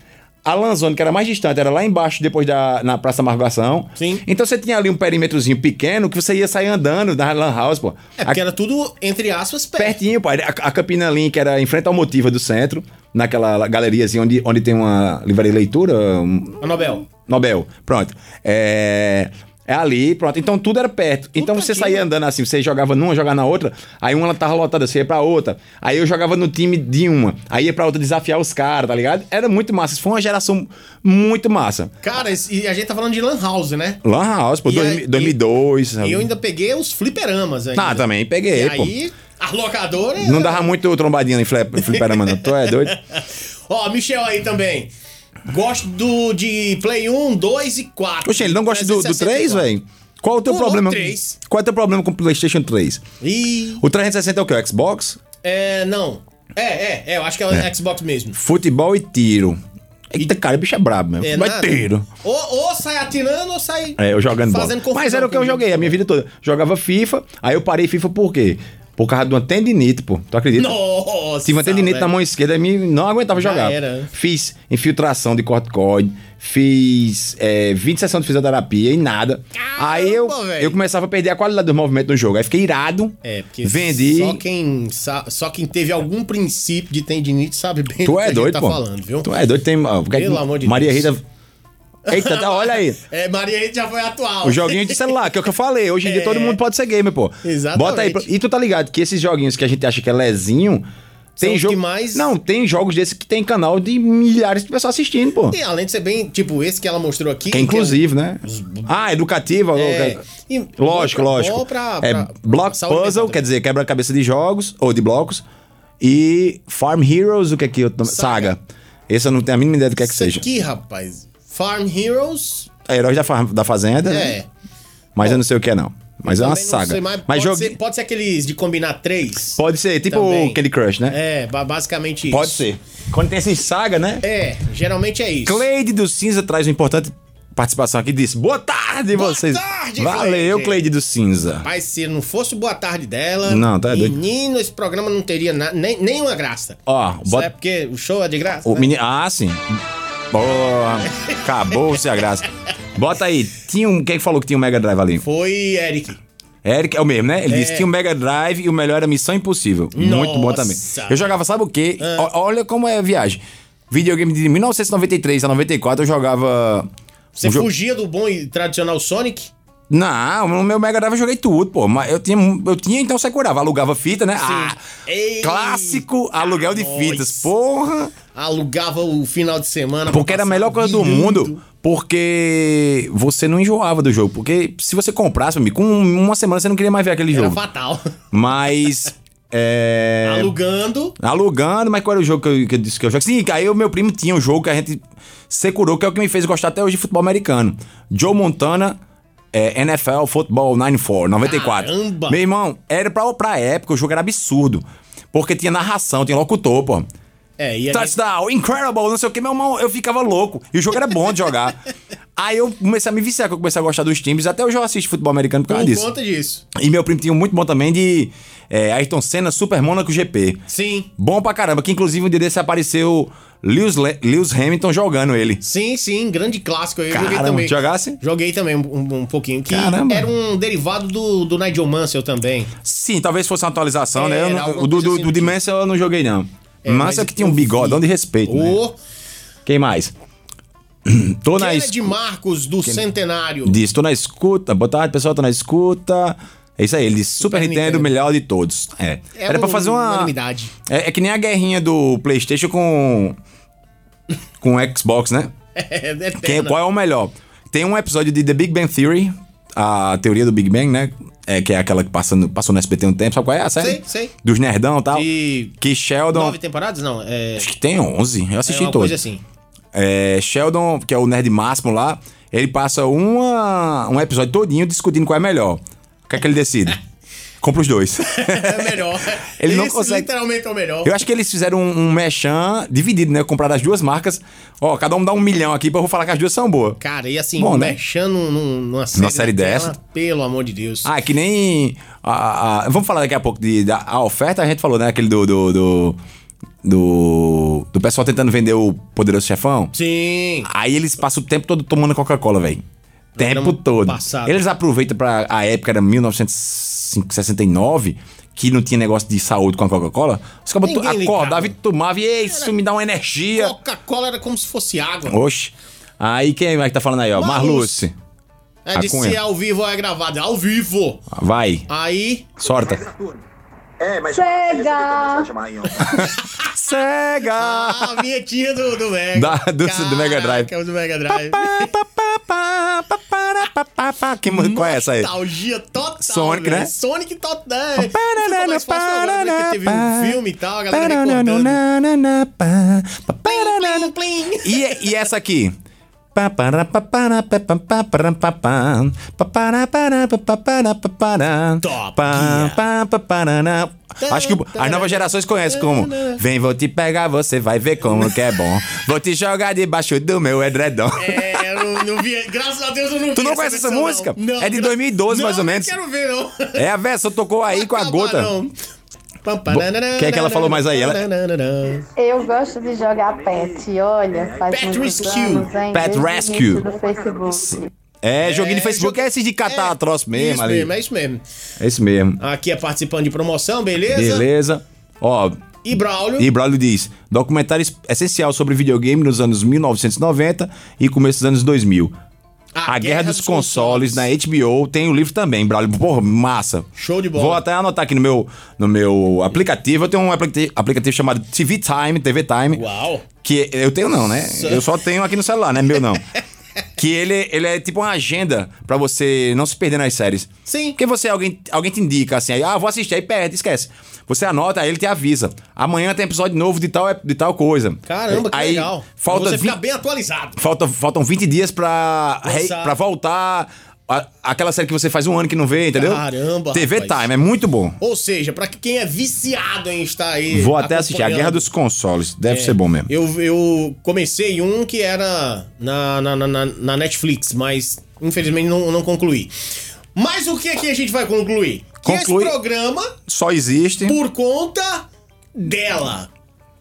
A Lanzone, que era mais distante, era lá embaixo, depois da na Praça Margação. Sim. Então você tinha ali um perímetrozinho pequeno que você ia sair andando da Lan House, pô. É porque era tudo, entre aspas, perto. Pertinho, pai. A, a Campina Link era em frente ao Motiva do centro, naquela galeriazinha onde, onde tem uma livraria de leitura, um- Anobel. Nobel. Pronto. É. é ali, pronto. Então tudo era perto. então você aqui, saía andando assim, você jogava numa, jogava na outra, aí uma ela tava lotada, você ia pra outra. Aí eu jogava no time de uma, aí ia pra outra desafiar os caras, tá ligado? Era muito massa. Isso Foi uma geração muito massa. Cara, esse- e a gente tá falando de Lan House, né? Lan House, pô, E dois aí- mil- 2002. sabe? E eu ainda peguei os fliperamas ainda. Ah, também peguei, E pô. aí, a locadora. é- Não dava muito trombadinha em flip- fliperama, não. Tu é doido? Ó, Michel aí também. Gosto do, de Play 1, 2 e 4. Poxa, ele não gosta do, do 3, 364. velho? Qual o teu Pulou problema? o Um, três. Qual é o teu problema com o PlayStation 3? Ih, O 360 é o quê? O Xbox? é, não. É, é, é, eu acho que é o Xbox mesmo. Futebol e tiro. Eita, cara, o bicho é brabo mesmo. É, Futebol e nada. tiro. Ou, ou sai atirando ou sai. né? É, eu jogando bola. Fazendo confusão né? Mas era o que eu com o joguei a minha vida toda. Jogava FIFA, aí eu parei FIFA por quê? Por causa de uma tendinite, pô. Tu acredita? Nossa. Tive uma tendinite na velho. mão esquerda, me não aguentava Já jogar. era. Fiz infiltração de corticóide, fiz é, 20 sessões de fisioterapia e nada. Caramba, aí eu, velho. eu começava a perder a qualidade do movimento no jogo. Aí fiquei irado. É, porque vendi. Só, quem, sa- só quem teve algum princípio de tendinite sabe bem Tu do é que a gente doido, tá pô. falando, viu? Tu é doido, tem. ó, porque- Pelo amor de Maria Deus. Rita. Eita, tá, olha (laughs) aí. É, Maria Rita já foi atual. O joguinho de celular, que é o que eu falei. Hoje em dia É. todo mundo pode ser gamer, pô. Exatamente. Bota aí. E tu tá ligado que esses joguinhos que a gente acha que é lezinho. Tem São os jogo. que mais- Não, tem jogos desses que tem canal de milhares de pessoas assistindo, pô. E além de ser bem, tipo, esse que ela mostrou aqui. Que é inclusive, né? Ah, educativa. É. louca. E Lógico, bom pra- lógico. bom pra- é, pra- block saúde Puzzle, mental quer dizer, quebra-cabeça de jogos, ou de blocos. E Farm Heroes, o que é que eu... Saga. Saga. Esse eu não tenho a mínima ideia do que é que Isso seja. aqui, rapaz. Farm Heroes. É Heróis da, fa- da Fazenda, né? É. Mas eu não sei o que é, não. Mas é uma Também não saga. sei, mas pode, jogue- ser, pode ser aqueles de combinar três. Pode ser, tipo Também. aquele crush, né? É, ba- basicamente isso. Pode ser. Quando tem essa saga, né? É, geralmente é isso. Cleide do Cinza traz uma importante participação aqui disse: Boa tarde, Boa vocês. tarde, Valeu, Cleide. Cleide do Cinza. Mas se não fosse boa tarde dela, Não, tá doido. menino, esse programa não teria na- nem, nenhuma graça. Ó, Isso bota- é porque o show é de graça. O né? meni- Ah, sim. Boa. Acabou-se a graça. Bota aí. Tinha um... Quem falou que tinha um Mega Drive ali? Foi Eric. Eric é o mesmo, né? Ele disse que tinha um Mega Drive e o melhor era Missão Impossível. Muito bom também. Nossa. Ah. Eu jogava, sabe o quê? O- Olha como é a viagem. Videogame de 1993 a 94, eu jogava. Você um jogo- fugia do bom e tradicional Sonic? Não, no meu Mega Drive eu joguei tudo, pô. Mas eu tinha, eu tinha então você curava. Alugava fita, né? Ah, Eita, clássico aluguel de fitas. Porra! Alugava o final de semana. pra Porque era a passar melhor coisa do virando. mundo. Porque você não enjoava do jogo. Porque se você comprasse, meu amigo, com uma semana você não queria mais ver aquele Era jogo. fatal. Mas. É. Alugando. Alugando, mas qual era o jogo que eu, que eu disse que eu jogo? Sim, aí o meu primo tinha um jogo que a gente se curou, que é o que me fez gostar até hoje de futebol americano. Joe Montana, é, NFL Football 94, 94. Caramba! Meu irmão, era pra, pra época, o jogo era absurdo. Porque tinha narração, tinha locutor, pô. É, e aí, Touchdown, incredible, não sei o que, meu irmão, eu ficava louco. E o jogo era bom de (laughs) jogar. Aí eu comecei a me viciar, que eu comecei a gostar dos times. Até hoje eu assisto futebol americano por por causa disso. conta disso. E meu primo tinha um muito bom também de é, Ayrton Senna, Super Mônaco GP. Sim. Bom pra caramba, que inclusive um dia desse apareceu Lewis, Le- Lewis Hamilton jogando ele. Sim, sim, grande clássico. Eu joguei Caramba, também. jogasse? Joguei também um, um pouquinho. Que Caramba. era um derivado do, do Nigel Mansell também. Sim, talvez fosse uma atualização, É, né? Eu era não- alguma o do, coisa do, assim do do tipo. Dimension eu não joguei, não. mas é mas que tinha um eu bigodão vi. de respeito, né? O Quem mais? (clears throat) tô na Kennedy escuta. Marcos do Centenário. Diz, tô na escuta. Boa tarde, pessoal, tô na escuta. É isso aí, ele diz, Super, Nintendo, Nintendo. melhor de todos. É. É Era pra fazer uma. unanimidade. (laughs) É, é que nem a guerrinha do PlayStation com. com o Xbox, né? É, é eterna. Quem, qual é o melhor? Tem um episódio de The Big Bang Theory, a teoria do Big Bang, né? É, que é aquela que passa no- passou no SBT um tempo, sabe qual é a série? Sei, sei. Dos nerdão e tal. De Que Sheldon... Nove temporadas? Não, é. Acho que tem 11, eu É assisti uma todos. coisa (laughs) assim. É, Sheldon, que é o nerd máximo lá, ele passa uma, um episódio todinho discutindo qual é melhor. O que é que ele decide? Compra os dois. É melhor. Ele não Isso consegue- Literalmente é o melhor. Eu acho que eles fizeram um, um merchan dividido, né? Compraram as duas marcas. Ó, cada um dá um milhão aqui pra eu falar que as duas são boas. Cara, e assim, Bom, né? mexendo num- numa série, série daquela, dessa. Pelo amor de Deus. Ah, que nem. A, a- vamos falar daqui a pouco de, da a oferta, a gente falou, né? Aquele do. Do, do, do, do pessoal tentando vender o poderoso chefão. Sim. Aí eles passam o tempo todo tomando Coca-Cola, velho. Tempo Programa todo. passado. Eles aproveitam pra. A época era 1969, que não tinha negócio de saúde com a Coca-Cola. Os caras Ninguém ligava. acordavam e tomavam, e "Ei, isso me dá uma energia. Coca-Cola era como se fosse água. Oxe. Aí quem mais que tá falando aí, ó? Marluce. Marluce. é de Cunha. ser ao vivo ou é gravado. Ao vivo. Vai. Aí, Sorta. É, mas. Chega! Cega! a vinhetinha do, (laughs) do Mega. Ah. Da- do- do Mega Drive. Caraca, do Mega Drive. Quem, qual é essa aí? Nostalgia total. Sonic, velho. né? Oh, Sonic total. Ficou mais fácil agora, né? Porque teve um filme e tal, a galera recordando. Plim, plim, plim. E, e essa aqui? Top Acho que as novas gerações conhecem como Vem, vou te pegar, você vai ver como que é (laughs) bom Vou te jogar debaixo do meu edredom É, eu não, não vi. Graças a Deus eu não Tu vi. não conhece essa versão, música? Não. É de gra- 2012 mais ou menos. Não, não quero ver, não. (laughs) É a versão, tocou aí com a Acabar, gota não. Quem é que ela falou mais aí? Ela- Eu gosto de jogar pet, olha, faz Pet muitos Rescue. anos, hein? Pet desde o início Rescue. Do Facebook. É, joguinho de É, Facebook, jo- é esse de catar É, a troço mesmo isso ali mesmo, é isso mesmo. É isso mesmo Aqui é participando de promoção, beleza? Beleza. Ó, E Braulio. e Braulio diz: documentário es- essencial sobre videogame nos anos 1990 e começo dos anos 2000. A, Guerra, dos, Consoles, na HBO, tem o livro também, Braulio. Porra, massa. Show de bola. Vou até anotar aqui no meu, no meu aplicativo. Eu tenho um aplica- aplicativo chamado TV Time, TV Time. Uau. Que eu tenho não, né? Eu só tenho aqui no celular, né? Meu (laughs) não. que ele, ele é tipo uma agenda pra você não se perder nas séries. Sim. Porque você, alguém, alguém te indica assim, aí, ah, vou assistir, aí perde, esquece. Você anota, aí ele te avisa. Amanhã tem episódio novo de tal, de tal coisa. Caramba, que aí, legal. Falta Você vinte- fica bem atualizado. falta, faltam 20 dias pra, rei- Lançar. pra voltar. a- aquela série que você faz um ano que não vê, entendeu? Caramba, TV rapaz. Time, é muito bom. Ou seja, pra quem é viciado em estar aí. Vou até assistir. A acompanhando- Guerra dos Consoles. Deve É, ser bom mesmo. Eu, eu comecei um que era na, na, na- na- na Netflix, mas infelizmente não, não concluí. Mas o que é que a gente vai concluir? Que Conclui- esse programa Só existe. por conta dela.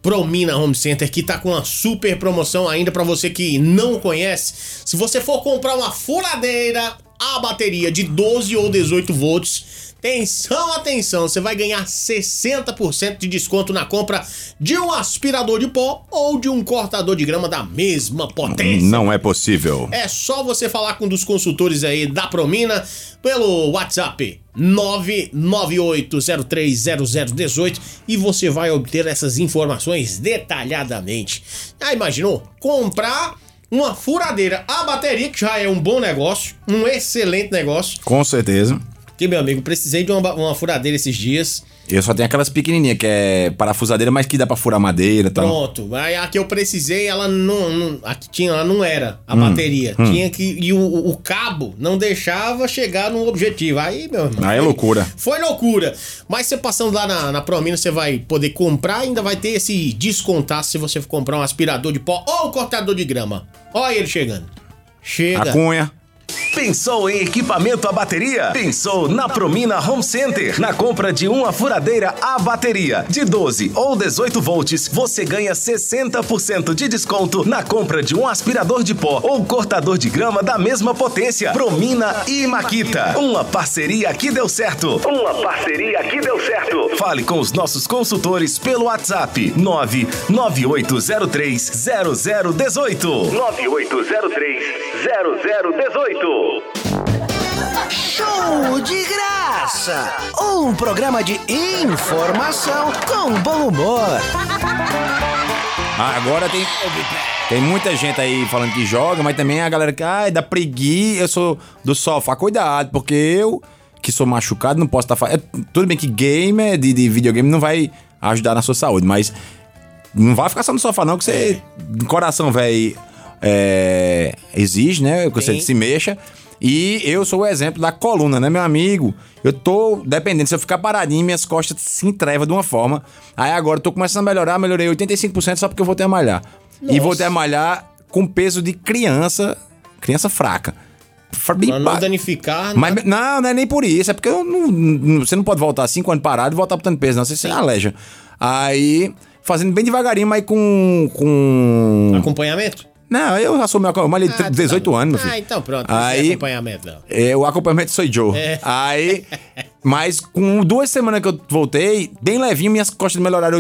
Promina Home Center, que tá com uma super promoção ainda pra você que não conhece. Se você for comprar uma furadeira a bateria de 12 ou 18 volts, atenção, atenção, você vai ganhar 60% de desconto na compra de um aspirador de pó ou de um cortador de grama da mesma potência. Não é possível. É só você falar com um dos consultores aí da Promina pelo WhatsApp 998030018 e você vai obter essas informações detalhadamente. Ah, imaginou? Comprar uma furadeira a bateria, que já é um bom negócio, um excelente negócio. Com certeza. Que, meu amigo, precisei de uma, ba- uma furadeira esses dias. Eu só tenho aquelas pequenininhas que é parafusadeira, mas que dá pra furar madeira e tal. Pronto. Aí a que eu precisei, ela não. não- a que tinha lá não era Hum. a bateria. Tinha que. E o, o cabo não deixava chegar no objetivo. Aí, meu irmão. Aí é foi- loucura. Foi loucura. Mas você passando lá na, na Promina, você vai poder comprar. Ainda vai ter esse descontaço se você for comprar um aspirador de pó ou um cortador de grama. Olha ele chegando. Chega. A cunha. Pensou em equipamento à bateria? Pensou na Promina Home Center. Na compra de uma furadeira à bateria de 12 ou 18 volts, você ganha 60% de desconto na compra de um aspirador de pó ou cortador de grama da mesma potência. Promina e Maquita. Uma parceria que deu certo. Uma parceria que deu certo. Fale com os nossos consultores pelo WhatsApp 99803 0018. 9803 0018. Show de graça! Um programa de informação com bom humor. Ah, agora tem. Tem muita gente aí falando que joga, mas também a galera que, ai, dá preguiça, eu sou do sofá. Cuidado, porque eu, que sou machucado, não posso estar fazendo. tudo bem que gamer de, de videogame não vai ajudar na sua saúde, mas não vai ficar só no sofá, não, que você. Coração, velho, é, exige, né? Que você se mexa. E eu sou o exemplo da coluna, né, meu amigo? Eu tô dependendo. Se eu ficar paradinho, minhas costas se entrevam de uma forma. Aí agora eu tô começando a melhorar, melhorei 85% só porque eu voltei a malhar. E voltei a malhar com peso de criança, criança fraca. Fra- bem Pra não pa- danificar. mas me- não, não é nem por isso. É porque eu não- não- você não pode voltar cinco anos parado e voltar botando peso, não. Você se aleja. Aí, fazendo bem devagarinho, mas com. com... Acompanhamento? Não, eu já sou meu. Eu malhei Ah, tá. 18 anos, meu filho. Ah, então pronto. não tem Aí, Acompanhamento, não. é, o acompanhamento sou Joe. É. Aí. Mas com duas semanas que eu voltei, bem levinho, minhas costas melhoraram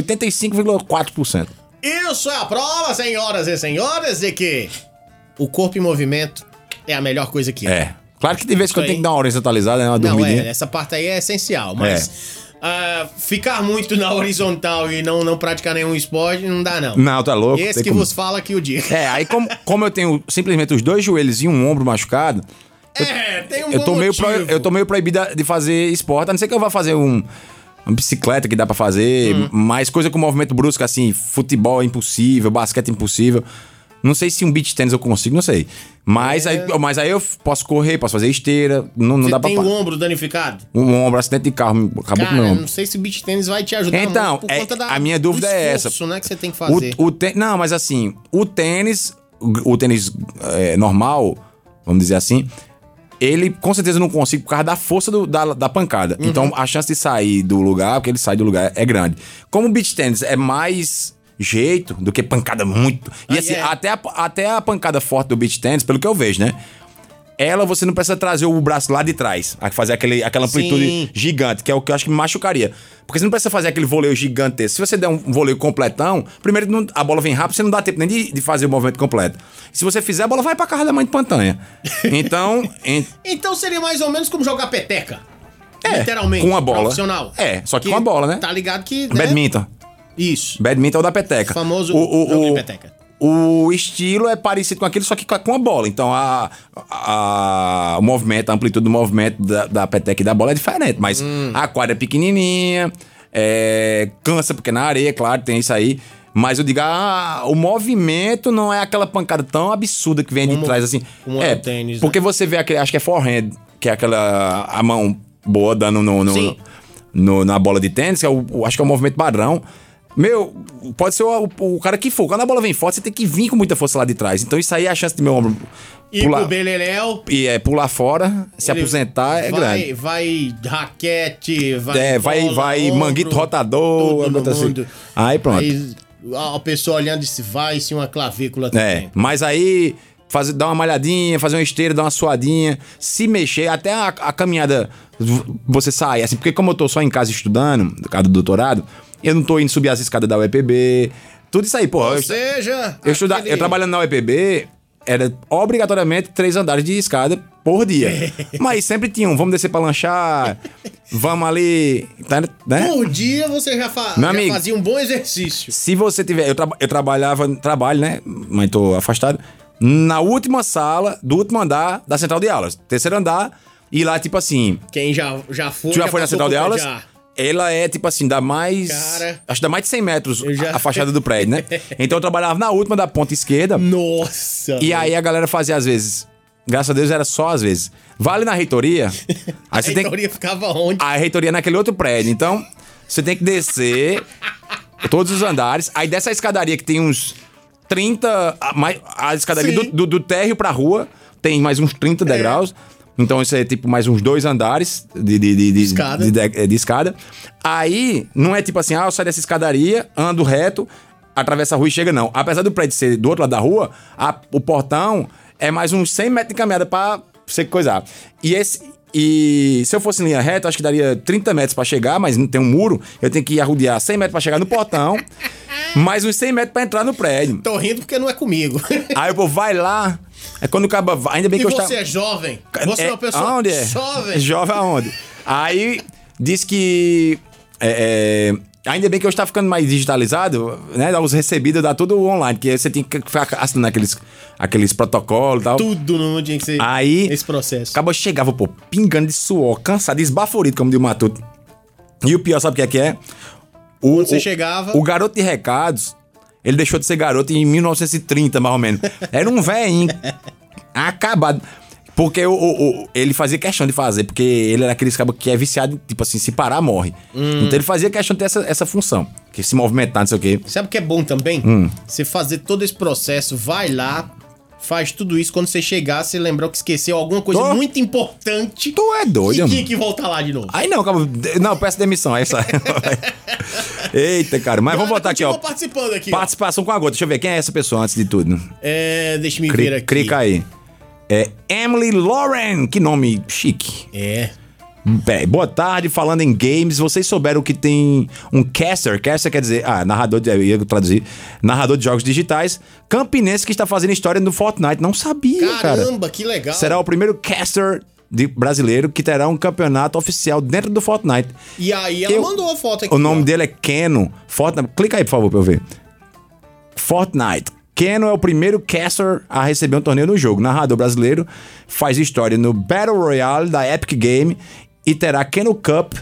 85,4%. Isso é a prova, senhoras e senhores, de que o corpo em movimento é a melhor coisa que há. É. Claro que de vez em quando Isso tem aí. que dar uma horizontalizada, né? Uma Não, é, dormidinha. essa parte aí é essencial, mas É. ah, ficar muito na horizontal e não, não praticar nenhum esporte não dá, não. Não, tá louco. Esse tem que como- vos fala que o dia. É, aí como, como eu tenho simplesmente os dois joelhos e um ombro machucado, É, tem um eu bom tô, meio pro- motivo. eu tô meio proibido de fazer esporte, a não ser que eu vá fazer um. Uma bicicleta que dá pra fazer, Hum. mais coisa com movimento brusco, assim, futebol é impossível, basquete é impossível. Não sei se um beach tênis eu consigo, não sei. Mas, aí, mas aí eu f- posso correr, posso fazer esteira, não, não É. Você dá pra. tem pa- o ombro danificado? Um ombro, acidente de carro, acabou Cara, com o meu não. ombro. sei se o beat tênis vai te ajudar Então, muito por é- conta da, a minha do dúvida é essa. esforço, né, que você tem que O, fazer. o tê- não, mas assim, o tênis, o, o tênis é, normal, vamos dizer assim, ele com certeza eu não consigo por causa da força do- da, da pancada. Uhum. Então a chance de sair do lugar, porque ele sai do lugar, é grande. Como o beach tênis é mais jeito do que pancada muito. E Ah, assim, é. até, a, até a pancada forte do beach tênis, pelo que eu vejo, né? Ela você não precisa trazer o braço lá de trás, a- fazer aquele, aquela amplitude Sim. gigante, que é o que eu acho que me machucaria. Porque você não precisa fazer aquele voleio gigante. Se você der um voleio completão, primeiro não- a bola vem rápido, você não dá tempo nem de, de fazer o movimento completo. Se você fizer, a bola vai pra casa da mãe de pantanha. (laughs) Então, en- Então seria mais ou menos como jogar peteca. É, Literalmente. com a bola. Profissional. É, só que com a bola, né? Tá ligado que. né, badminton. Isso. Badminton é o da peteca. Famoso jogo de peteca. O estilo é parecido com aquele, só que com a- com a bola. Então, a, a- o movimento, a amplitude do movimento da, da peteca e da bola é diferente. Hum. Mas a quadra é pequenininha, é, cansa porque é na areia, claro, tem isso aí. Mas eu digo, ah, o movimento não é aquela pancada tão absurda que vem de Como- trás, assim. como é é, no tênis, né? porque você vê aquele, acho que é forehand, que é aquela a mão boa dando no, no- Sim. no- na bola de tênis, que é o, o- acho que é o movimento padrão. Meu, pode ser o, o cara que for. Quando a bola vem forte, você tem que vir com muita força lá de trás. Então isso aí é a chance de meu ombro E pular, pro Beleléu. e, é, pular fora, se ele aposentar, é vai, grande. Vai raquete, vai. É, vai, bola, vai ombro, manguito rotador, tudo no bota assim. mundo. Aí pronto. Aí a a pessoa olhando e se vai, se uma clavícula É, também. mas aí fazer, dar uma malhadinha, fazer uma esteira, dar uma suadinha, se mexer, até a, a caminhada v- você sai, assim, porque como eu tô só em casa estudando, por causa do doutorado, eu não tô indo subir as escadas da UEPB, tudo isso aí, pô. Ou Eu, estu- seja, eu, estuda- eu trabalhando na UEPB, era obrigatoriamente três andares de escada por dia. mas sempre tinha um, vamos descer pra lanchar, vamos ali, tá, né? Por dia você já, fa- Meu já amigo. fazia um bom exercício. Se você tiver. Eu, traba- eu trabalhava. Trabalho, né? Mas tô afastado. Na última sala, do último andar da central de aulas. Terceiro andar. E lá, tipo assim. Quem já, já foi. Tu já foi na passou central de por- aulas? já. Ela é, tipo assim, dá mais. Cara. acho que dá mais de 100 metros Eu já- a, a fachada do prédio, (laughs) né? Então eu trabalhava na última da ponta esquerda. Nossa! E aí a galera fazia às vezes. Graças a Deus era só às vezes. Vale na (laughs) reitoria. Aí a você tem que reitoria ficava onde? a reitoria é naquele outro prédio. Então, você tem que descer todos os andares. Aí dessa escadaria que tem uns 30. A, mais, a escadaria do, Sim. do, do térreo pra rua tem mais uns 30 degraus. Então isso é tipo mais uns dois andares de, de, de, de, Escada. de, de- de escada. Aí não é tipo assim, ah, eu saio dessa escadaria, ando reto, atravessa a rua e chega, não. Apesar do prédio ser do outro lado da rua, a- o portão é mais uns 100 metros de caminhada pra você coisar. E esse. E se eu fosse em linha reta, acho que daria 30 metros pra chegar, mas não tem um muro. Eu tenho que arrodear 100 metros pra chegar no portão, mais uns 100 metros pra entrar no prédio. Tô rindo porque não é comigo. Aí o povo vai lá. É quando o caba vai. Ainda bem (laughs) E que eu você estava. é jovem. Você é, uma pessoa Aonde é? jovem. Jovem aonde? Aí diz que. é, é, ainda bem que hoje tá ficando mais digitalizado, né? Dá os recebidos, dá tudo online, que aí você tem que ficar assinando aqueles, aqueles protocolos e tal. Tudo no mundo tinha que ser Aí- esse processo. Acaba chegava, pô, pingando de suor, cansado, esbaforido, como diz o Matuto. E o pior, sabe o que é que é? O, Quando você o- chegava- O garoto de recados, ele deixou de ser garoto em 1930, mais ou menos. Era um velhinho. (laughs) acabado. Porque o, o- o- ele fazia questão de fazer, porque ele era aquele cabra que é viciado, em, tipo assim, se parar, morre. Hum. Então ele fazia questão de ter essa, essa função. Que se movimentar, não sei o quê. Sabe o que é bom também? Hum. Você fazer todo esse processo, vai lá, faz tudo isso. Quando você chegar, você lembrar que esqueceu alguma coisa Tô. muito importante. Tu é doido, E mano. tinha que voltar lá de novo. Aí não, acabou. Não, peço demissão. é Aí (laughs) sai. Eita, cara. Mas vamos Galera, botar aqui, ó. continua participando aqui. ó. Participação com a gota. Deixa eu ver quem é essa pessoa antes de tudo. É, deixa me ver Cri, aqui. clica aí. É Emily Lauren. Que nome chique. É. Bem, boa tarde. Falando em games, vocês souberam que tem um caster. Caster quer dizer. Ah, narrador de. Eu ia traduzir. Narrador de jogos digitais. Campinense que está fazendo história no Fortnite. Não sabia, cara. Caramba, que legal. Será o primeiro caster de- brasileiro que terá um campeonato oficial dentro do Fortnite. E aí ela Eu- mandou a foto aqui. O nome ó. dele é Keno. Fortnite. Clica aí, por favor, pra eu ver. Fortnite. Keno é o primeiro caster a receber um torneio no jogo. Narrador brasileiro faz história no Battle Royale da Epic Game e terá Keno Cup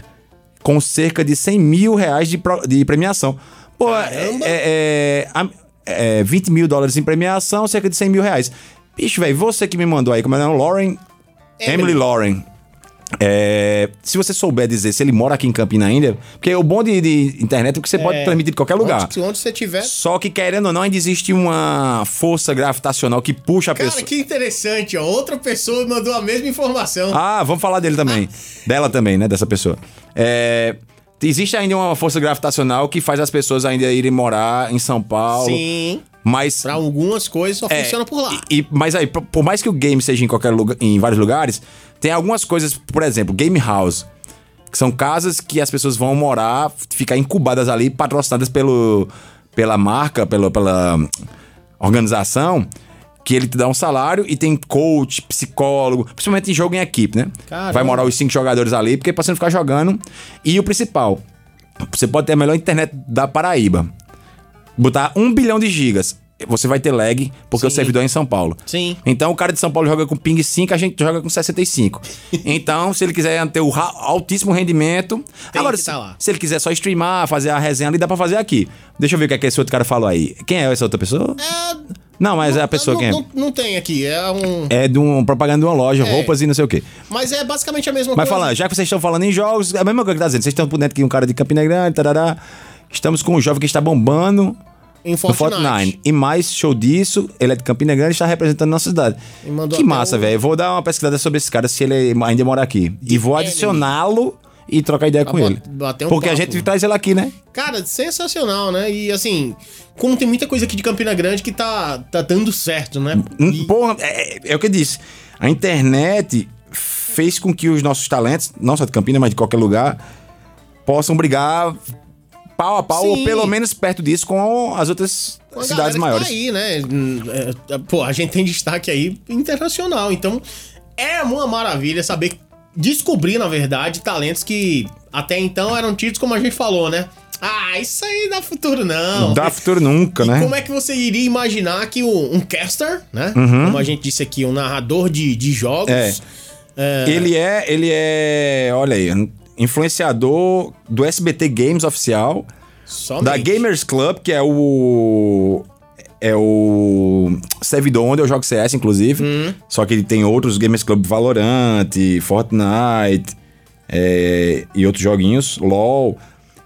com cerca de 100 mil reais de, pro- de premiação. Pô, é, Caramba! é- é- am- é 20 mil dólares em premiação, cerca de 100 mil reais. Bicho, velho, você que me mandou aí, como é o nome? Lauren? Emily Lauren. É, se você souber dizer se ele mora aqui em Campina ainda, porque o bom de, de internet é que você pode transmitir de qualquer lugar. Onde, onde você tiver. Só que querendo ou não, ainda existe uma força gravitacional que puxa a Cara, pessoa. que interessante, ó. Outra pessoa mandou a mesma informação. Ah, vamos falar dele também. Dela também, né? Dessa pessoa. É, existe ainda uma força gravitacional que faz as pessoas ainda irem morar em São Paulo. Sim. Mas Pra algumas coisas só É, funciona por lá. E, e- mas aí, por por mais que o game seja em qualquer lugar, em vários lugares, tem algumas coisas, por exemplo, game house, que são casas que as pessoas vão morar, ficar incubadas ali, patrocinadas pelo, pela marca, pelo, pela hum, organização, que ele te dá um salário e tem coach, psicólogo, principalmente em jogo em equipe, né? Caramba. Vai morar os cinco jogadores ali, porque é pra você não ficar jogando. E o principal, você pode ter a melhor internet da Paraíba botar um bilhão de gigas. você vai ter lag, porque o Sim. servidor é em São Paulo. Sim. Então o cara de São Paulo joga com ping 5, a gente joga com (laughs) 65. então, se ele quiser ter o ra- altíssimo rendimento. Tem agora, que se- tá lá. se ele quiser só streamar, fazer a resenha ali, dá pra fazer aqui. Deixa eu ver o que, é que esse outro cara falou aí. Quem é essa outra pessoa? Não, mas é a pessoa não, quem é. não, não tem aqui, é um. É de um propaganda de uma loja, roupas e não sei o quê. Mas é basicamente a mesma Mas coisa. falando, já que vocês estão falando em jogos, é a mesma coisa que tá dizendo. Vocês estão por dentro que um cara de Campina Grande, tarará. Estamos com um jovem que está bombando em no Fortnite. Fortnite. E mais show disso, ele é de Campina Grande e está representando nossa cidade. E mandou Que até massa, o- velho. Eu Vou dar uma pesquisada sobre esse cara se ele ainda mora aqui. E vou Enemy. adicioná-lo e trocar ideia com bot- ele. bater um Porque a papo. gente traz ele aqui, né? Cara, sensacional, né? E assim, como tem muita coisa aqui de Campina Grande que tá, tá dando certo, né? Hum, E- Porra, é, é- é o que eu disse. A internet fez com que os nossos talentos, não só de Campinas, mas de qualquer lugar, possam brigar pau a pau, Sim. ou pelo menos perto disso, com as outras com a galera cidades que maiores. Tá aí, né? Hum, é, é, Pô, a gente tem destaque aí internacional. Então, é uma maravilha saber descobrir, na verdade, talentos que até então eram tidos como a gente falou, né? Ah, isso aí dá futuro não. Não dá futuro nunca, então. E né? como é que você iria imaginar que o- um caster, né? Como a gente disse aqui, um narrador de, de jogos. Uhum. É. Ele é, ele é, olha aí, um influenciador do SBT Games oficial, somente. da Gamers Club, que é o é o servidor onde eu jogo CS inclusive. Hum. Só que ele tem outros Gamers Club Valorant, Fortnite, é, e outros joguinhos, LoL.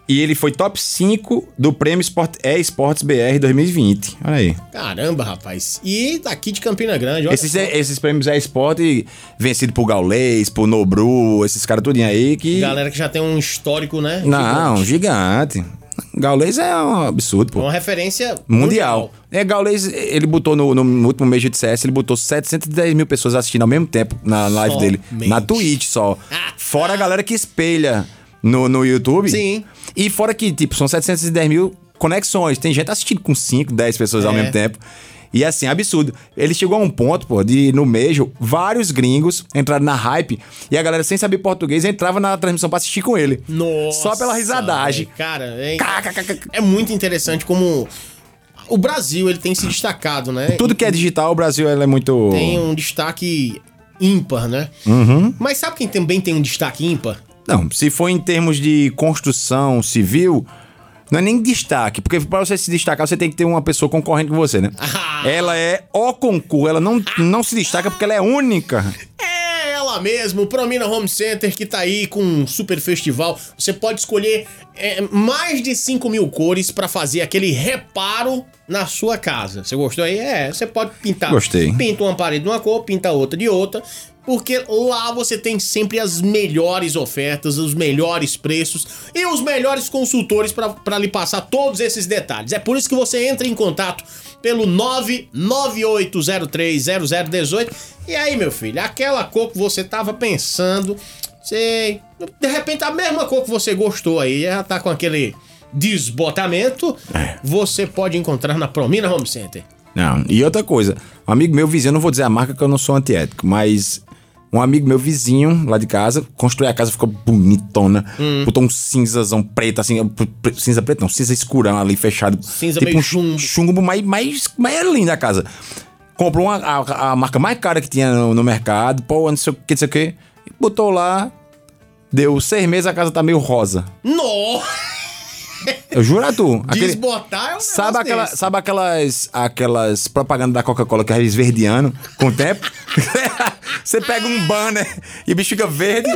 E ele foi top 5 do prêmio Sport, e Sports BR 2020. Olha aí. Caramba, rapaz. E daqui de Campina Grande, olha. Esses, esses prêmios é esporte vencido por Gaulês, por Nobru, esses caras tudinho aí que. Galera que já tem um histórico, né? não, tipo, gigante. Gaulês é um absurdo, É pô. Uma referência Mundial. É, Gaulês, ele botou no, no último mês de CS, ele botou 710 mil pessoas assistindo ao mesmo tempo na live dele. Somente. Na Twitch (laughs) só. Fora a galera que espelha no, no YouTube. Sim. E fora que, tipo, são 710 mil conexões. Tem gente assistindo com 5, 10 pessoas ao É. mesmo tempo. E assim, absurdo. Ele chegou a um ponto, pô, de no meio, vários gringos entraram na hype e a galera, sem saber português, entrava na transmissão pra assistir com ele. Nossa. Só pela risadagem. velho. Cara, é, Kkkk. é muito interessante como o Brasil ele tem se destacado, né? Tudo que é digital, o Brasil ele é muito. tem um destaque ímpar, né? Uhum. Mas sabe quem também tem um destaque ímpar? Não, se for em termos de construção civil, não é nem destaque, porque pra você se destacar, você tem que ter uma pessoa concorrente com você, né? Ah. Ela é o concurso, ela não, não se destaca porque ela é única. É ela mesmo, Promina Home Center, que tá aí com um super festival. Você pode escolher é, mais de 5 mil cores pra fazer aquele reparo na sua casa. Você gostou aí? É, você pode pintar. Gostei. Pinta uma parede de uma cor, pinta outra de outra. Porque lá você tem sempre as melhores ofertas, os melhores preços e os melhores consultores para lhe passar todos esses detalhes. É por isso que você entra em contato pelo 998030018. E aí, meu filho, aquela cor que você tava pensando, sei, de repente a mesma cor que você gostou aí, já tá com aquele desbotamento, você pode encontrar na Promina Home Center. Não, e outra coisa, um amigo meu vizinho, eu não vou dizer a marca que eu não sou antiético, mas um amigo meu vizinho lá de casa construiu a casa, ficou bonitona, Hum. botou um cinzazão preto, assim, pre- cinza preto não, cinza escurão ali, fechado. Cinza tipo meio um chumbo. chumbo, mas, mas, mas é linda a casa. Comprou uma- a, a marca mais cara que tinha no, no mercado, pô, não sei o que, não sei o que, botou lá, deu seis meses, a casa tá meio rosa. Nossa! Eu juro a tu. aquele- Desbotar é um Sabe, negócio aquela, desse. sabe aquelas, aquelas propagandas da Coca-Cola que é esverdeando com o tempo? (laughs) Você pega um banner e o bicho fica verde.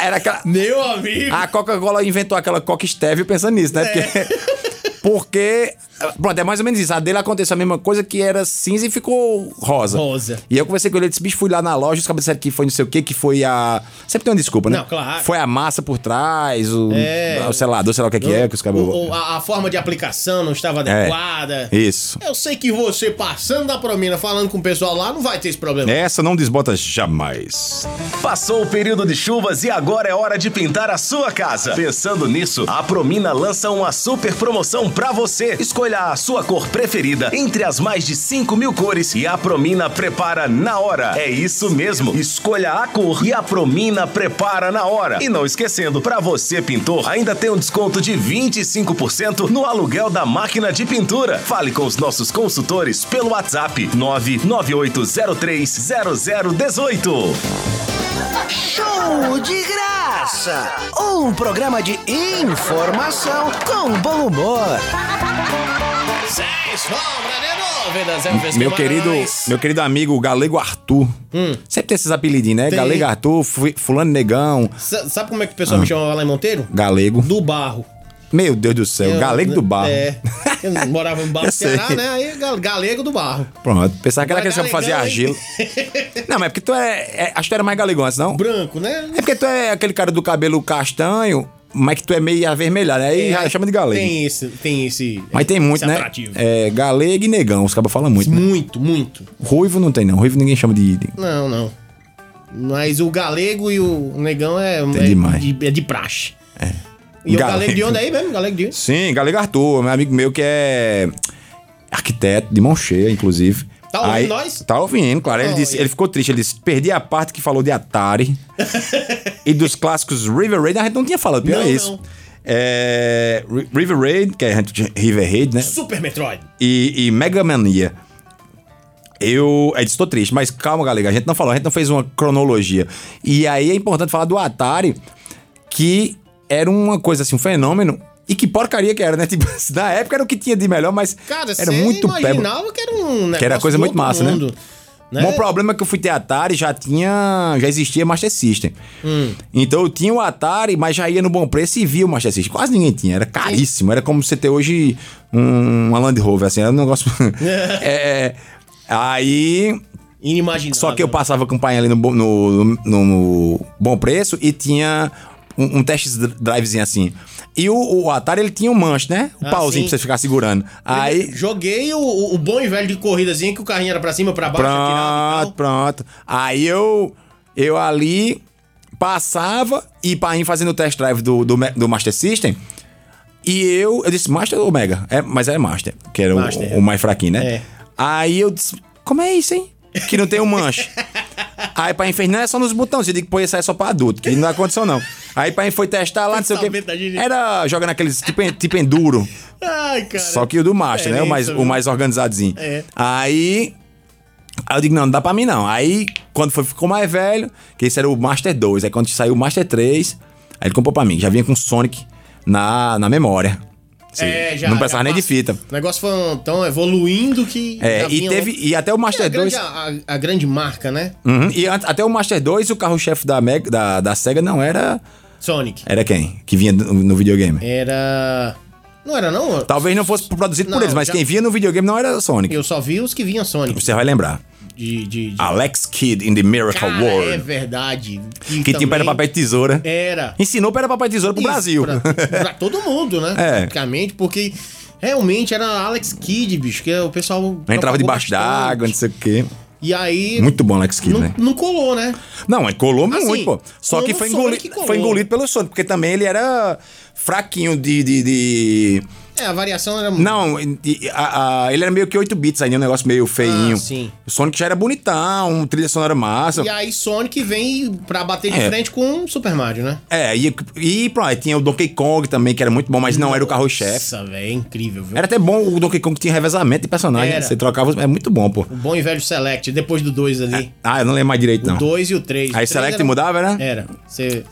Era aquela. Meu amigo! A Coca-Cola inventou aquela Coca Stevia pensando nisso, né? É. Porque. Porque. Pronto, é mais ou menos isso. A dele aconteceu a mesma coisa que era cinza e ficou rosa. Rosa. E eu conversei com ele, disse, bicho, fui lá na loja, os caras disseram que foi não sei o quê, que foi a. Sempre tem uma desculpa, né? Não, claro. Foi a massa por trás, o. É. o selador, sei lá o que é que é, que os É. caras. O- o- a, a forma de aplicação não estava adequada. Isso. Eu sei que você passando da promina, falando com o pessoal lá, não vai ter esse problema. Essa não desbota jamais. Passou o período de chuvas e agora é hora de pintar a sua casa. Pensando nisso, a Promina lança uma super promoção pra você. Escolha Escolha a sua cor preferida entre as mais de 5 mil cores e a Promina prepara na hora. É isso mesmo. Escolha a cor e a Promina prepara na hora. E não esquecendo, para você pintor, ainda tem um desconto de 25% no aluguel da máquina de pintura. Fale com os nossos consultores pelo WhatsApp 998030018. Show de graça! Um programa de informação com bom humor. Sem sombra é de dúvidas, é um Meu Vespa querido, Marais. meu querido amigo Galego Arthur. Sempre tem esses apelidinhos, né? Tem. Galego Arthur, fu- Fulano Negão, Sa- Sabe como é que o Ah. pessoal me chamava lá em Monteiro? Galego. Do Barro. Meu Deus do céu, Eu- Galego do Barro. É. (laughs) Eu morava em Barro Eu sei. Ceará, né? Aí gal- galego do Barro. Pronto, pensava que era Agora aquele que galegão, fazia hein? argila. Não, mas é porque tu é, é. Acho que tu era mais galegão antes, não? (laughs) Branco, né? É porque tu é aquele cara do cabelo castanho, mas que tu é meio avermelhado. né? Aí já chama de galego. É. Tem esse, tem esse. Mas tem muito, esse né? atrativo. É, galego e negão, os cabos falam muito. né? Muito, muito. Ruivo não tem, não. Ruivo ninguém chama de. de- Não, não. Mas o galego e o negão é, é, demais. de, é de praxe. É. E o Galego. galego de onde aí mesmo? Galego de onde? Sim, Galego Arthur, meu amigo meu que é arquiteto, de mão cheia, inclusive. Tá ouvindo nós? Tá ouvindo, claro. Ele, Olha. disse, ele ficou triste, ele disse, perdi a parte que falou de (laughs) Atari e dos clássicos River Raid. A gente não tinha falado, pior Não, é isso. não. É, Ri- River Raid, que é River Raid, né? Super Metroid. e, e Mega Mania. Eu é, estou triste, mas calma, galera. A gente não falou, a gente não fez uma cronologia. E aí é importante falar do Atari, que era uma coisa assim, um fenômeno. E que porcaria que era, né? (laughs) Tipo, na época era o que tinha de melhor, mas Cara, era você muito pebo. imaginava que era um negócio era coisa do muito outro massa, né? mundo, né? Bom, o problema é que eu fui ter Atari, já tinha. Já existia Master System. Então eu tinha o Atari, mas já ia no bom preço e via o Master System. Quase ninguém tinha, era caríssimo. Era como você ter hoje um, uma Land Rover, assim, era um negócio. (laughs) é, aí. Inimaginável. Só que eu passava com o pai ali no, bom- no, no- no bom preço e tinha um, um test drivezinho assim. E o, o Atari, ele tinha um manche, né? O Ah, pauzinho pra sim. você ficar segurando. Aí. Joguei o, o o bom e velho de corridazinha que o carrinho era pra cima, pra baixo, né, atirava Pronto, e tal. pronto. Aí eu, eu ali passava e Paim fazendo o test drive do, do, Ma- do Master System. E eu, eu disse, Master ou Mega? É, mas era Master, que era o- Master. O, mais fraquinho, né? É. Aí eu disse, como é isso, hein? Que não tem o (laughs) manche. Aí Paim fez, não é só nos botões. Eu digo, pô, isso aí é só pra adulto, que não dá condição não. Aí Paim foi testar lá, não sei o Pensamento da quê. gente. Era jogando aqueles tipo, tipo enduro. Ai, cara. Só que o do Master, né? O mais, Diferente, o mais organizadinho. É. Aí. Aí eu digo, não, não dá pra mim não. Aí, quando foi, ficou mais velho, que esse era o Master 2. Aí quando saiu o Master 3, aí ele comprou pra mim. Já vinha com Sonic na, na memória. É, já, não precisava nem já de passa- fita. O negócio foi um, tão evoluindo que. já É, e vinha teve. logo- E até o É a Master 2. grande, a- a grande marca, né? Uhum, e antes- até o Master 2, o carro-chefe da, Mega- da, da SEGA não era. Sonic. Era quem? Que vinha no, no videogame. Era. Não era, não? Talvez não fosse produzido por Não, eles, mas já- quem vinha no videogame não era Sonic. Eu só vi os que vinham Sonic. Você é Ah, vai lembrar. De. de, de... Alex Kidd in the Miracle Cara, World. é verdade. E Que também tinha pedra, papel e tesoura. Era. Ensinou pedra, papel e tesoura pro Isso, Brasil. (laughs) Pra, pra todo mundo, né? É. Praticamente, porque realmente era Alex Kidd, bicho, que é o pessoal. Entrava propagou debaixo bastante. d'água, não sei o quê. E aí. Muito bom, Alex Kidd, não, né? não colou, né? Não, mas colou Assim, muito, pô. Só colou que no foi, Sonic engoli- que colou. foi engolido pelo Sonic, porque também ele era fraquinho de. de, de- É, a variação era. Não, de- a- a- ele era meio que 8 bits ainda, um negócio meio feinho. Ah, sim. O Sonic já era bonitão, um trilha sonora massa. E aí Sonic vem pra bater de É. frente com Super Mario, né? É, e, e pronto, aí tinha o Donkey Kong também, que era muito bom, mas não era o carro-chefe. Nossa, velho, é incrível, viu? Era até bom o Donkey Kong tinha revezamento de personagem. Era. Você trocava. os- É muito bom, pô. O bom e velho Select, depois do 2 ali. Ah, eu não lembro mais direito, O não. 2 e o 3. Aí Select mudava, né? Era. Você.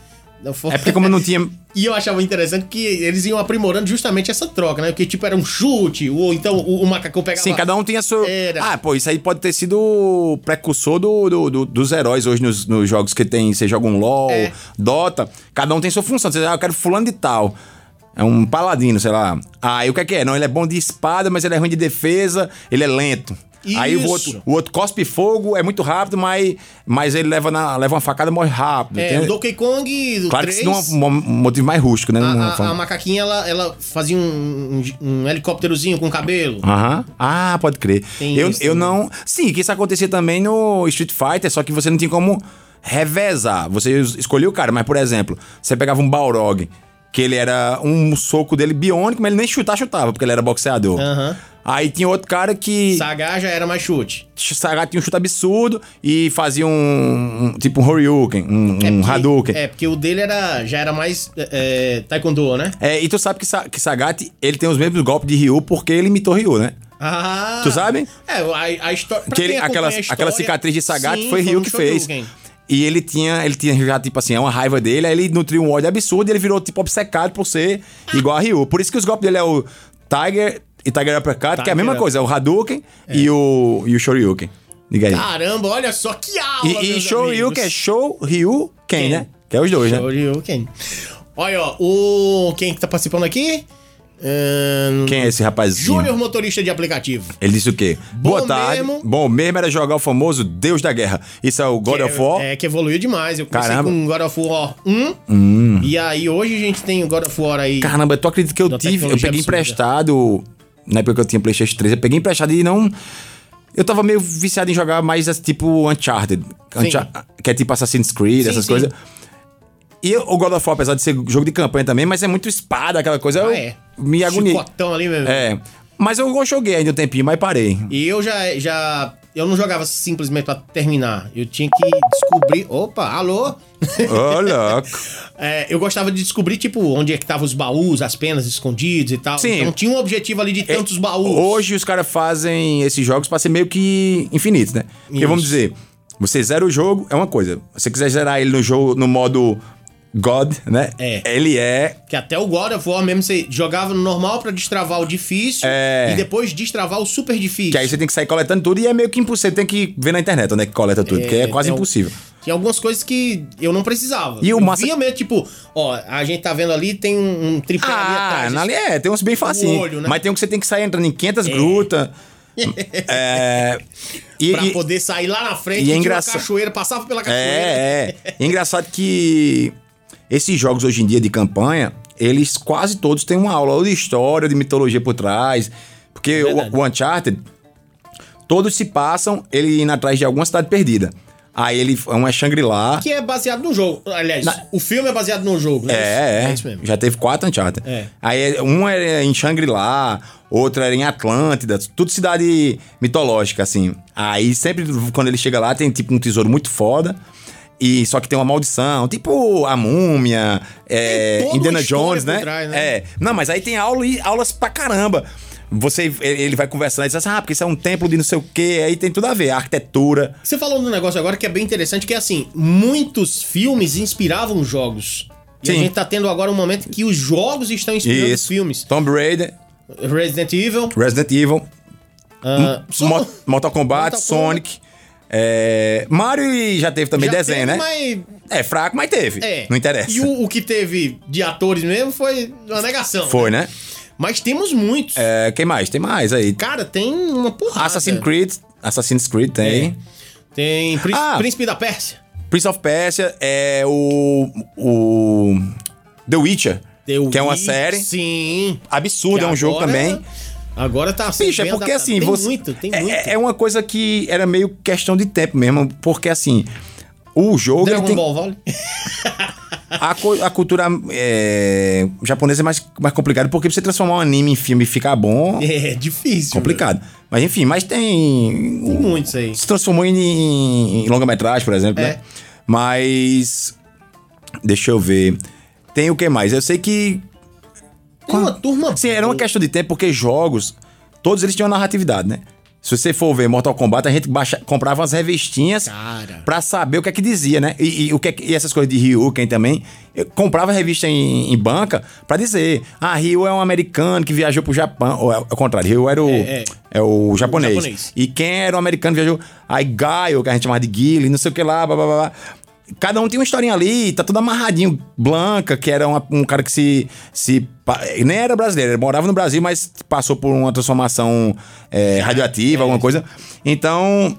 não for- É porque como eu não tinha. (laughs) E eu achava interessante que eles iam aprimorando justamente essa troca, né? Porque, tipo, era um chute, ou então o, o macacão pegava... Sim, cada um tinha seu. Era. Ah, pô, isso aí pode ter sido o precursor do, do- do- dos heróis hoje nos, nos jogos que tem. Você joga um LOL, É. Dota. Cada um tem sua função. Você diz, ah, eu quero fulano de tal. É um paladino, sei lá. Aí o que é que é? Não, ele é bom de espada, mas ele é ruim de defesa, ele é lento. Aí o Isso. outro, o outro cospe fogo, é muito rápido, mas, mas ele leva, na, leva uma facada e morre rápido. É, Tem- o Donkey Kong, o claro 3... que isso não é um mo- motivo mais rústico, né? Não- a, a- não- a macaquinha, ela, ela fazia um, um, um helicópterozinho com cabelo. Aham. Ah, pode crer. Tem eu isso eu também. não. Sim, que isso acontecia também no Street Fighter, só que você não tinha como revezar. Você es- escolhia o cara, mas, por exemplo, você pegava um Balrog, Que ele era um soco dele biônico, mas ele nem chutar chutava, porque ele era boxeador. Aham. Aí tinha outro cara que. Sagar já era mais chute. Sagat tinha um chute absurdo e fazia um. um- tipo um Horyuken, um, um porque- Hadouken. É, porque o dele era, já era mais é, é, taekwondo, né? É, e tu sabe que, Sa- que Sagat ele tem os mesmos golpes de Ryu porque ele imitou Ryu, né? Ah! Tu sabe? É, a, a história... pra Que ele- quem acompanha aquela, a história- aquela cicatriz de Sagat Sim, um foi Ryu no que fez. Shoryuken. E ele tinha, ele tinha já, tipo assim, é uma raiva dele, aí ele nutriu um ódio absurdo e ele virou, tipo, obcecado por ser igual a Ryu. Por isso que os golpes dele é o Tiger e Tiger Uppercut, que é a Tiger mesma Up- coisa, é o Hadouken e, o, e o Shoryuken. Diga aí. Caramba, olha só que Ah, aula, e e meus Shoryuken é amigos. Show, Ryu, Ken, Ken. né? Que é os dois, né? Shoryuken. Olha, ó, o... Quem que tá participando aqui? Ahn, Quem é esse rapazinho? Júnior motorista de aplicativo. Ele disse o quê? Boa tarde. mesmo. Bom mesmo era jogar o famoso Deus da Guerra. Isso é o God Que é- of War. É, que evoluiu demais. Eu comecei Caramba. Hum. com God of War 1. E aí hoje a gente tem o God of War aí. Caramba, tu acredita que eu Uma tive? Eu tecnologia peguei absurda. emprestado. Na época que eu tinha PlayStation 3, eu peguei emprestado e não. Eu tava meio viciado em jogar mais esse tipo Uncharted. Uncha- que é tipo Assassin's Creed, Sim, essas sim. coisas. E o God of War, apesar de ser jogo de campanha também, mas é muito espada, aquela coisa. eu Ah, é. me agonizei. Chicotão ali mesmo. É. Mas eu joguei ainda um tempinho, mas (laughs) parei. E eu já, já. Eu não jogava simplesmente pra terminar. Eu tinha que descobrir. Opa, alô? Ô, louco. É, eu gostava de descobrir, tipo, onde é que estavam os baús, as penas escondidos e tal. Sim. É, Então tinha um objetivo ali de tantos baús. Hoje os caras fazem esses jogos pra ser meio que infinitos, né? Porque Isso. vamos dizer, você zera o jogo, é uma coisa. Se você quiser zerar ele no jogo no modo God, né? É. Ele é. Que até o God of War mesmo você jogava no normal pra destravar o difícil É. e depois destravar o super difícil. Que aí você tem que sair coletando tudo e é meio que impossível. Tem que ver na internet onde é que coleta tudo, porque é quase tem um al- impossível. então, Tinha algumas coisas que eu não precisava. E o eu massa- via mesmo, tipo, ó, a gente tá vendo ali, tem um, um tripé ali Ah, atrás. assim, na, é, tem uns bem facinho. olho, né? Mas tem um que você tem que sair entrando em 500 (laughs) grutas. é. E, Pra e- poder sair lá na frente e é tinha uma engraça- cachoeira, passava pela cachoeira. É, é. E Engraçado que esses jogos hoje em dia de campanha, eles quase todos têm uma aula ou de história, ou de mitologia por trás. É Porque o, o Uncharted, todos se passam ele indo atrás de alguma cidade perdida. Aí ele é uma Shangri-La. Que é baseado no jogo. Aliás, Na- o filme é baseado no jogo, né? É, é. É isso mesmo. Já teve quatro Uncharted. É. Aí um era em Shangri-La, outro era em Atlântida, tudo cidade mitológica, assim. Aí sempre quando ele chega lá tem tipo um tesouro muito foda. E só que tem uma maldição, tipo a múmia, é, toda uma Indiana história Jones, por né? trás, né? É. Não, mas aí tem aula e aulas pra caramba. Você, ele ele vai conversando e diz assim, ah, porque isso é um templo de não sei o quê, aí tem tudo a ver, a arquitetura. Você falou num negócio agora que é bem interessante, que é assim, muitos filmes inspiravam jogos. E Sim. a gente tá tendo agora um momento que os jogos estão inspirando os Isso. filmes. Tomb Raider, Resident Evil, Resident Evil, ah, só- Hum, Mo- Mortal Kombat, Kombat. Sonic. é, Mario e já teve também (laughs) já desenho, teve, né? Mas É fraco, mas teve. É. Não interessa. E o, o que teve de atores mesmo foi uma negação. Foi, né? Mas temos muitos. É, quem mais? Tem mais aí. Cara, tem uma porrada. Assassin's Creed. Assassin's Creed tem. Tem Príncipe, Ah. Príncipe da Pérsia. Prince of Persia é o. O. The Witcher. The que é uma Witch, série Sim. absurda, é um Que jogo agora- também. Agora tá assim. Bicho, é bem porque adaptado. assim, tem você. muito, tem é, muito. é- é uma coisa que era meio questão de tempo mesmo, porque assim. O jogo. ele Dragon tem- Ball Volley. A, co- a cultura é, japonesa é mais, mais complicada, porque pra você transformar um anime em filme e ficar bom, é (laughs) É difícil. complicado. Mas enfim, mas tem. velho. Tem muitos aí. Se transformou em, em longa-metragem, por exemplo, É. né? Mas. Deixa eu ver. Tem o que mais? Eu sei que. Tem uma turma. Sim, era uma boa. questão de tempo, porque jogos, todos eles tinham narratividade, né? Se você for ver Mortal Kombat, a gente baixa- comprava umas revistinhas Cara. pra saber o que é que dizia, né? E, e o que é que- e essas coisas de Ryuken também. Eu comprava revista em, em banca pra dizer: ah, Ryu é um americano que viajou pro Japão. Ou é, é o contrário, Ryu era o, é, É, é. o, japonês. O japonês. E quem era o americano que viajou? Aí Gaio, que a gente chamava de Guile, não sei o que lá, blá blá blá. blá. Cada um tinha uma historinha ali, tá tudo amarradinho. Blanca, que era uma- um cara que se. se pa- nem era brasileiro, ele morava no Brasil, mas É, passou por uma transformação é, radioativa, alguma coisa. Então,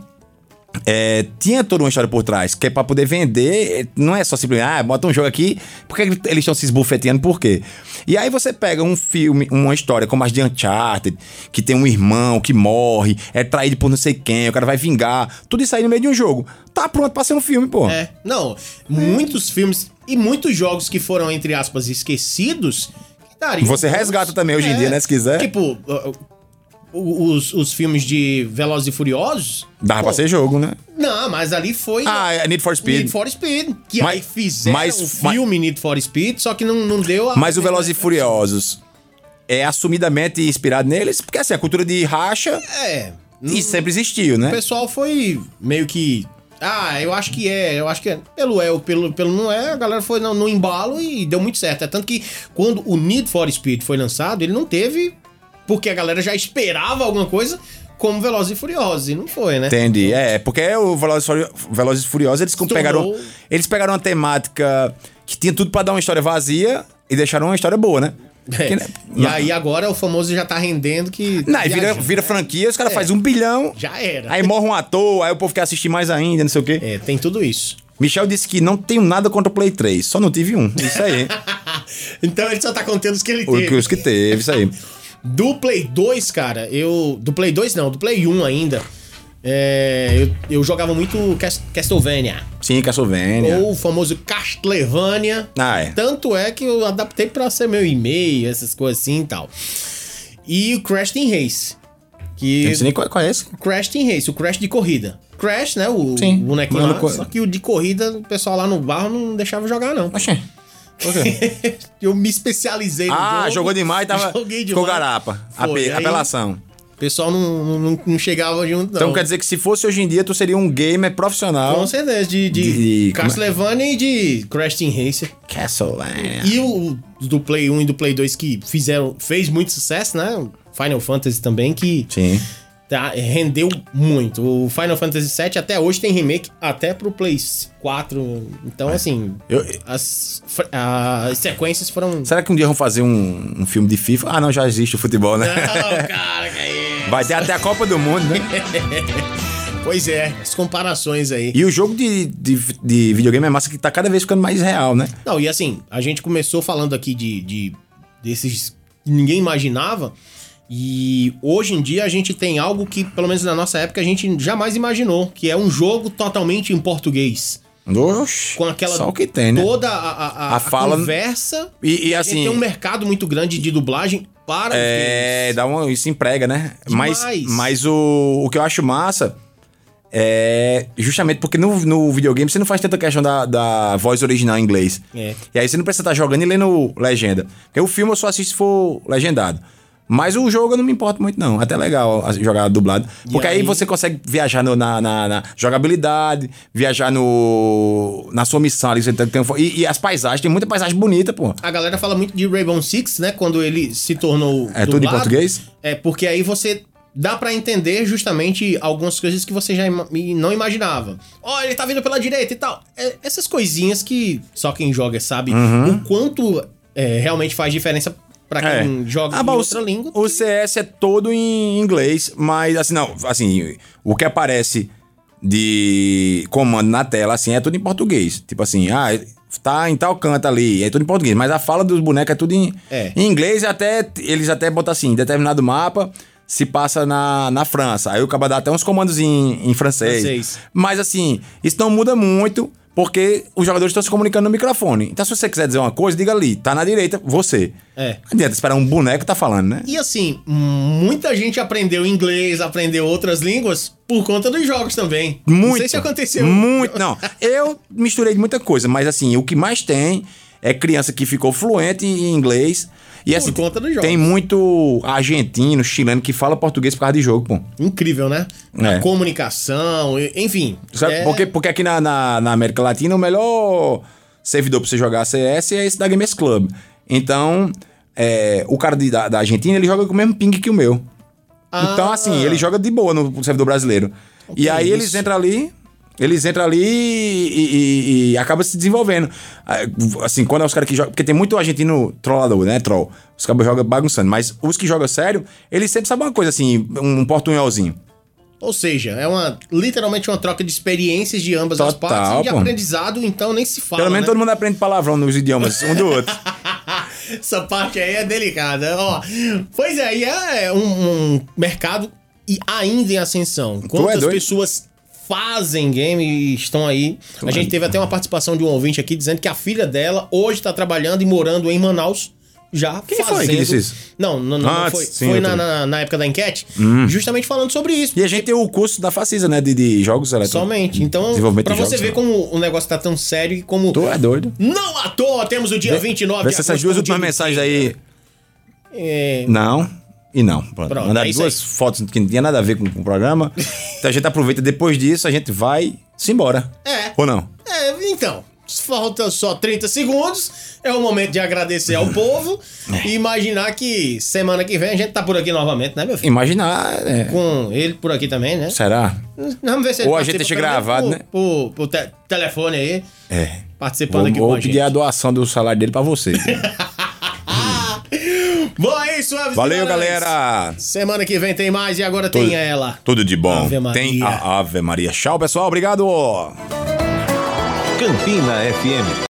é, tinha toda uma história por trás, que é pra poder vender, é, não é só simplesmente, ah, bota um jogo aqui, porque eles estão se esbufeteando, por quê? E aí você pega um filme, uma história como as de Uncharted, que tem um irmão que morre, é traído por não sei quem, o cara vai vingar, tudo isso aí no meio de um jogo. Tá pronto pra ser um filme, pô. É, não, muitos filmes e muitos jogos que foram, entre aspas, esquecidos. que dariam Você bons- resgata também hoje em dia, né, se quiser. Tipo, uh, uh, os, os filmes de Velozes e Furiosos. Dava pra pô, ser jogo, né? Não, mas ali foi. Ah, é Need for Speed. Need for Speed. Que Mas- aí fizeram mas- o filme Need for Speed, né? só que não, não deu a. Mas o Velozes e Furiosos é assumidamente inspirado neles, porque assim, a cultura de racha É. e sempre existiu, O né? pessoal foi meio que. Ah, eu acho que é, eu acho que é. Pelo é ou pelo, pelo não é, a galera foi no, no embalo e deu muito certo. É tanto que quando o Need for Speed foi lançado, ele não teve. Porque a galera já esperava alguma coisa como Velozes e Furiosos, e não foi, (laughs) né? Entendi. É, porque o Velozes e Furio- Velozes e Furiosos, eles Tornou- pegaram, eles pegaram uma temática que tinha tudo pra dar uma história vazia e deixaram uma história boa, né? É. Que, né? E aí agora o famoso já tá rendendo que. Não, aí vira, viajou, vira né? franquia, os caras É. fazem um bilhão, Já era. aí morre um ator, aí o povo quer assistir mais ainda, não sei o quê. É, tem tudo isso. (laughs) Michel disse que não tenho nada contra o Play 3, só não tive um. Isso (laughs) aí. então ele só tá contando os que ele o, teve. que- os que teve, isso aí. Do Play 2, cara, eu. Do Play 2 não, do Play 1 ainda. é, eu, eu jogava muito Cas- Castlevania. Sim, Castlevania. Ou o famoso Castlevania. Ah, é. Tanto é que eu adaptei pra ser meu e-mail, essas coisas assim e tal. E o Crash Team Race. Eu Que não sei nem qual, qual é esse. Crash Team Race, o Crash de corrida. Crash, né? O Sim. bonequinho Mano, lá. co- Só que o de corrida, o pessoal lá no barro não deixava jogar, não. Oxê. (laughs) Eu me especializei no Ah, jogo. jogou demais, tava. (laughs) Joguei Ficou demais. garapa. Foi, Ape- aí apelação. O pessoal não, não- não, não chegava junto, não. Então quer dizer que se fosse hoje em dia, tu seria um gamer profissional. Com certeza, de, de, De- como é? Castlevania e de Crash Team Racer. Castlevania. E o o do Play 1 e do Play 2 que fizeram, fez muito sucesso, né? O Final Fantasy também, que Sim. tá, rendeu muito. O Final Fantasy VII até hoje tem remake até pro Play 4. Então, assim, É. Eu- as, fr- as (laughs) sequências foram... Será que um dia vão fazer um, um filme de FIFA? Ah, não, já existe o futebol, (laughs) né? Não, cara, que é isso? Vai ter até a Copa do Mundo, né? Pois é, as comparações aí. E o jogo de, de, de videogame é massa que tá cada vez ficando mais real, né? Não, e assim, a gente começou falando aqui de, de desses que ninguém imaginava. E hoje em dia a gente tem algo que, pelo menos na nossa época, a gente jamais imaginou, que é um jogo totalmente em português. Oxi. Com aquela Só o que tem, né? toda a, a, a- A a fala- conversa. E, e A gente assim. tem um mercado muito grande de dublagem para os É, games. dá uma, isso emprega, né? Demais. Mas, mas o, o que eu acho massa é justamente porque no, no videogame você não faz tanta questão da, da voz original em inglês. É. E aí você não precisa estar jogando e lendo legenda. Porque o filme eu só assisto se for legendado. Mas o jogo eu não me importo muito, não. É Até legal a- jogar dublado. Porque aí... aí? você consegue viajar no- na, na- na jogabilidade, viajar no na sua missão ali. Você tem, tem, e, e as paisagens, tem muita paisagem bonita, pô. A galera fala muito de Rainbow Six, né? Quando ele se tornou. É tudo em português? É, porque aí você dá pra entender justamente algumas coisas que você já ima- e não imaginava. Ó, ele tá vindo pela direita e tal. É, essas coisinhas que só quem joga sabe Uhum. o quanto é, realmente faz diferença pra quem joga Ah, em bom, outra o- língua. O CS é todo em inglês, mas assim, não, assim, o que aparece de comando na tela, assim, é tudo em português. Tipo assim, ah, tá em tal canto ali, é tudo em português. Mas a fala dos bonecos é tudo em, É. em inglês e até eles até botam assim, determinado mapa se passa na, na França. Aí o cara dá até uns comandos em, em francês. Francês. Mas assim, isso não muda muito. Porque os jogadores estão se comunicando no microfone. Então, se você quiser dizer uma coisa, diga ali, tá na direita, você. É. Não adianta esperar um boneco tá falando, né? E assim, muita gente aprendeu inglês, aprendeu outras línguas por conta dos jogos também. Muito. Não sei se aconteceu. Muito, não. Eu misturei de muita coisa, mas assim, o que mais tem é criança que ficou fluente em inglês. E Por assim, conta dos jogos. tem muito argentino, chileno que fala português por causa de jogo, pô. Incrível, né? É. A comunicação, e- enfim. Sabe? é- Porque, porque aqui na, na, na América Latina, o melhor servidor pra você jogar CS é esse da Gamers Club. Então, é, o cara de- da, da Argentina, ele joga com o mesmo ping que o meu. Então, Ah. é assim, ele joga de boa no servidor brasileiro. e aí isso. eles entram ali... Eles entram ali e, e, e acaba se desenvolvendo. Ah, Assim, quando é os caras que jogam. Porque tem muito argentino trollador, né? Troll. Os caras jogam bagunçando. Mas os que jogam sério, eles sempre sabem uma coisa, assim, um portunholzinho. Ou seja, é uma literalmente uma troca de experiências de ambas as Total, partes e de pô. aprendizado, então nem se fala. Pelo menos né? todo mundo aprende palavrão nos idiomas um do outro. (laughs) Essa parte aí é delicada, ó. Pois é, e é um, um mercado e ainda em ascensão. Quantas é doido? pessoas fazem game e estão aí? é a gente teve até uma participação de um ouvinte aqui dizendo que a filha dela hoje tá trabalhando e morando em Manaus. Já Quem foi fazendo... que disse isso? Não, não, não, Ah, foi. sim, foi eu na, tô- na- na época da enquete, justamente falando sobre isso. E a gente tem o curso da Facisa, né? De, de jogos eletrônicos. Somente. Então, Desenvolvimento pra de jogos, você ver né? como o negócio tá tão sério e como. Tu é doido. Não à toa, temos o dia 29 Vê se essas duas últimas mensagens aí. É, Não e não. Pronto. Pronto, Mandar é isso duas fotos que não tinha nada a ver com, com o (laughs) programa. então a gente aproveita depois disso, a gente vai se embora. É. Ou não? É, então, falta só 30 segundos. É o momento de agradecer ao (laughs) povo É. e imaginar que semana que vem a gente tá por aqui novamente, né, meu filho? Imaginar. é, Com ele por aqui também, né? Será? Vamos ver se ele Ou a gente participa, deixa gravado, pelo né? menos Por, por te- telefone aí, É. participando Vou, aqui vou com a pedir gente. a doação do salário dele pra você. (laughs) Bom, é isso, Elvis Valeu, Guimarães. galera! Semana que vem tem mais e agora tem ela. Tudo de bom. Ave Maria. Tem a Ave Maria. Tchau, pessoal. Obrigado. Campina FM.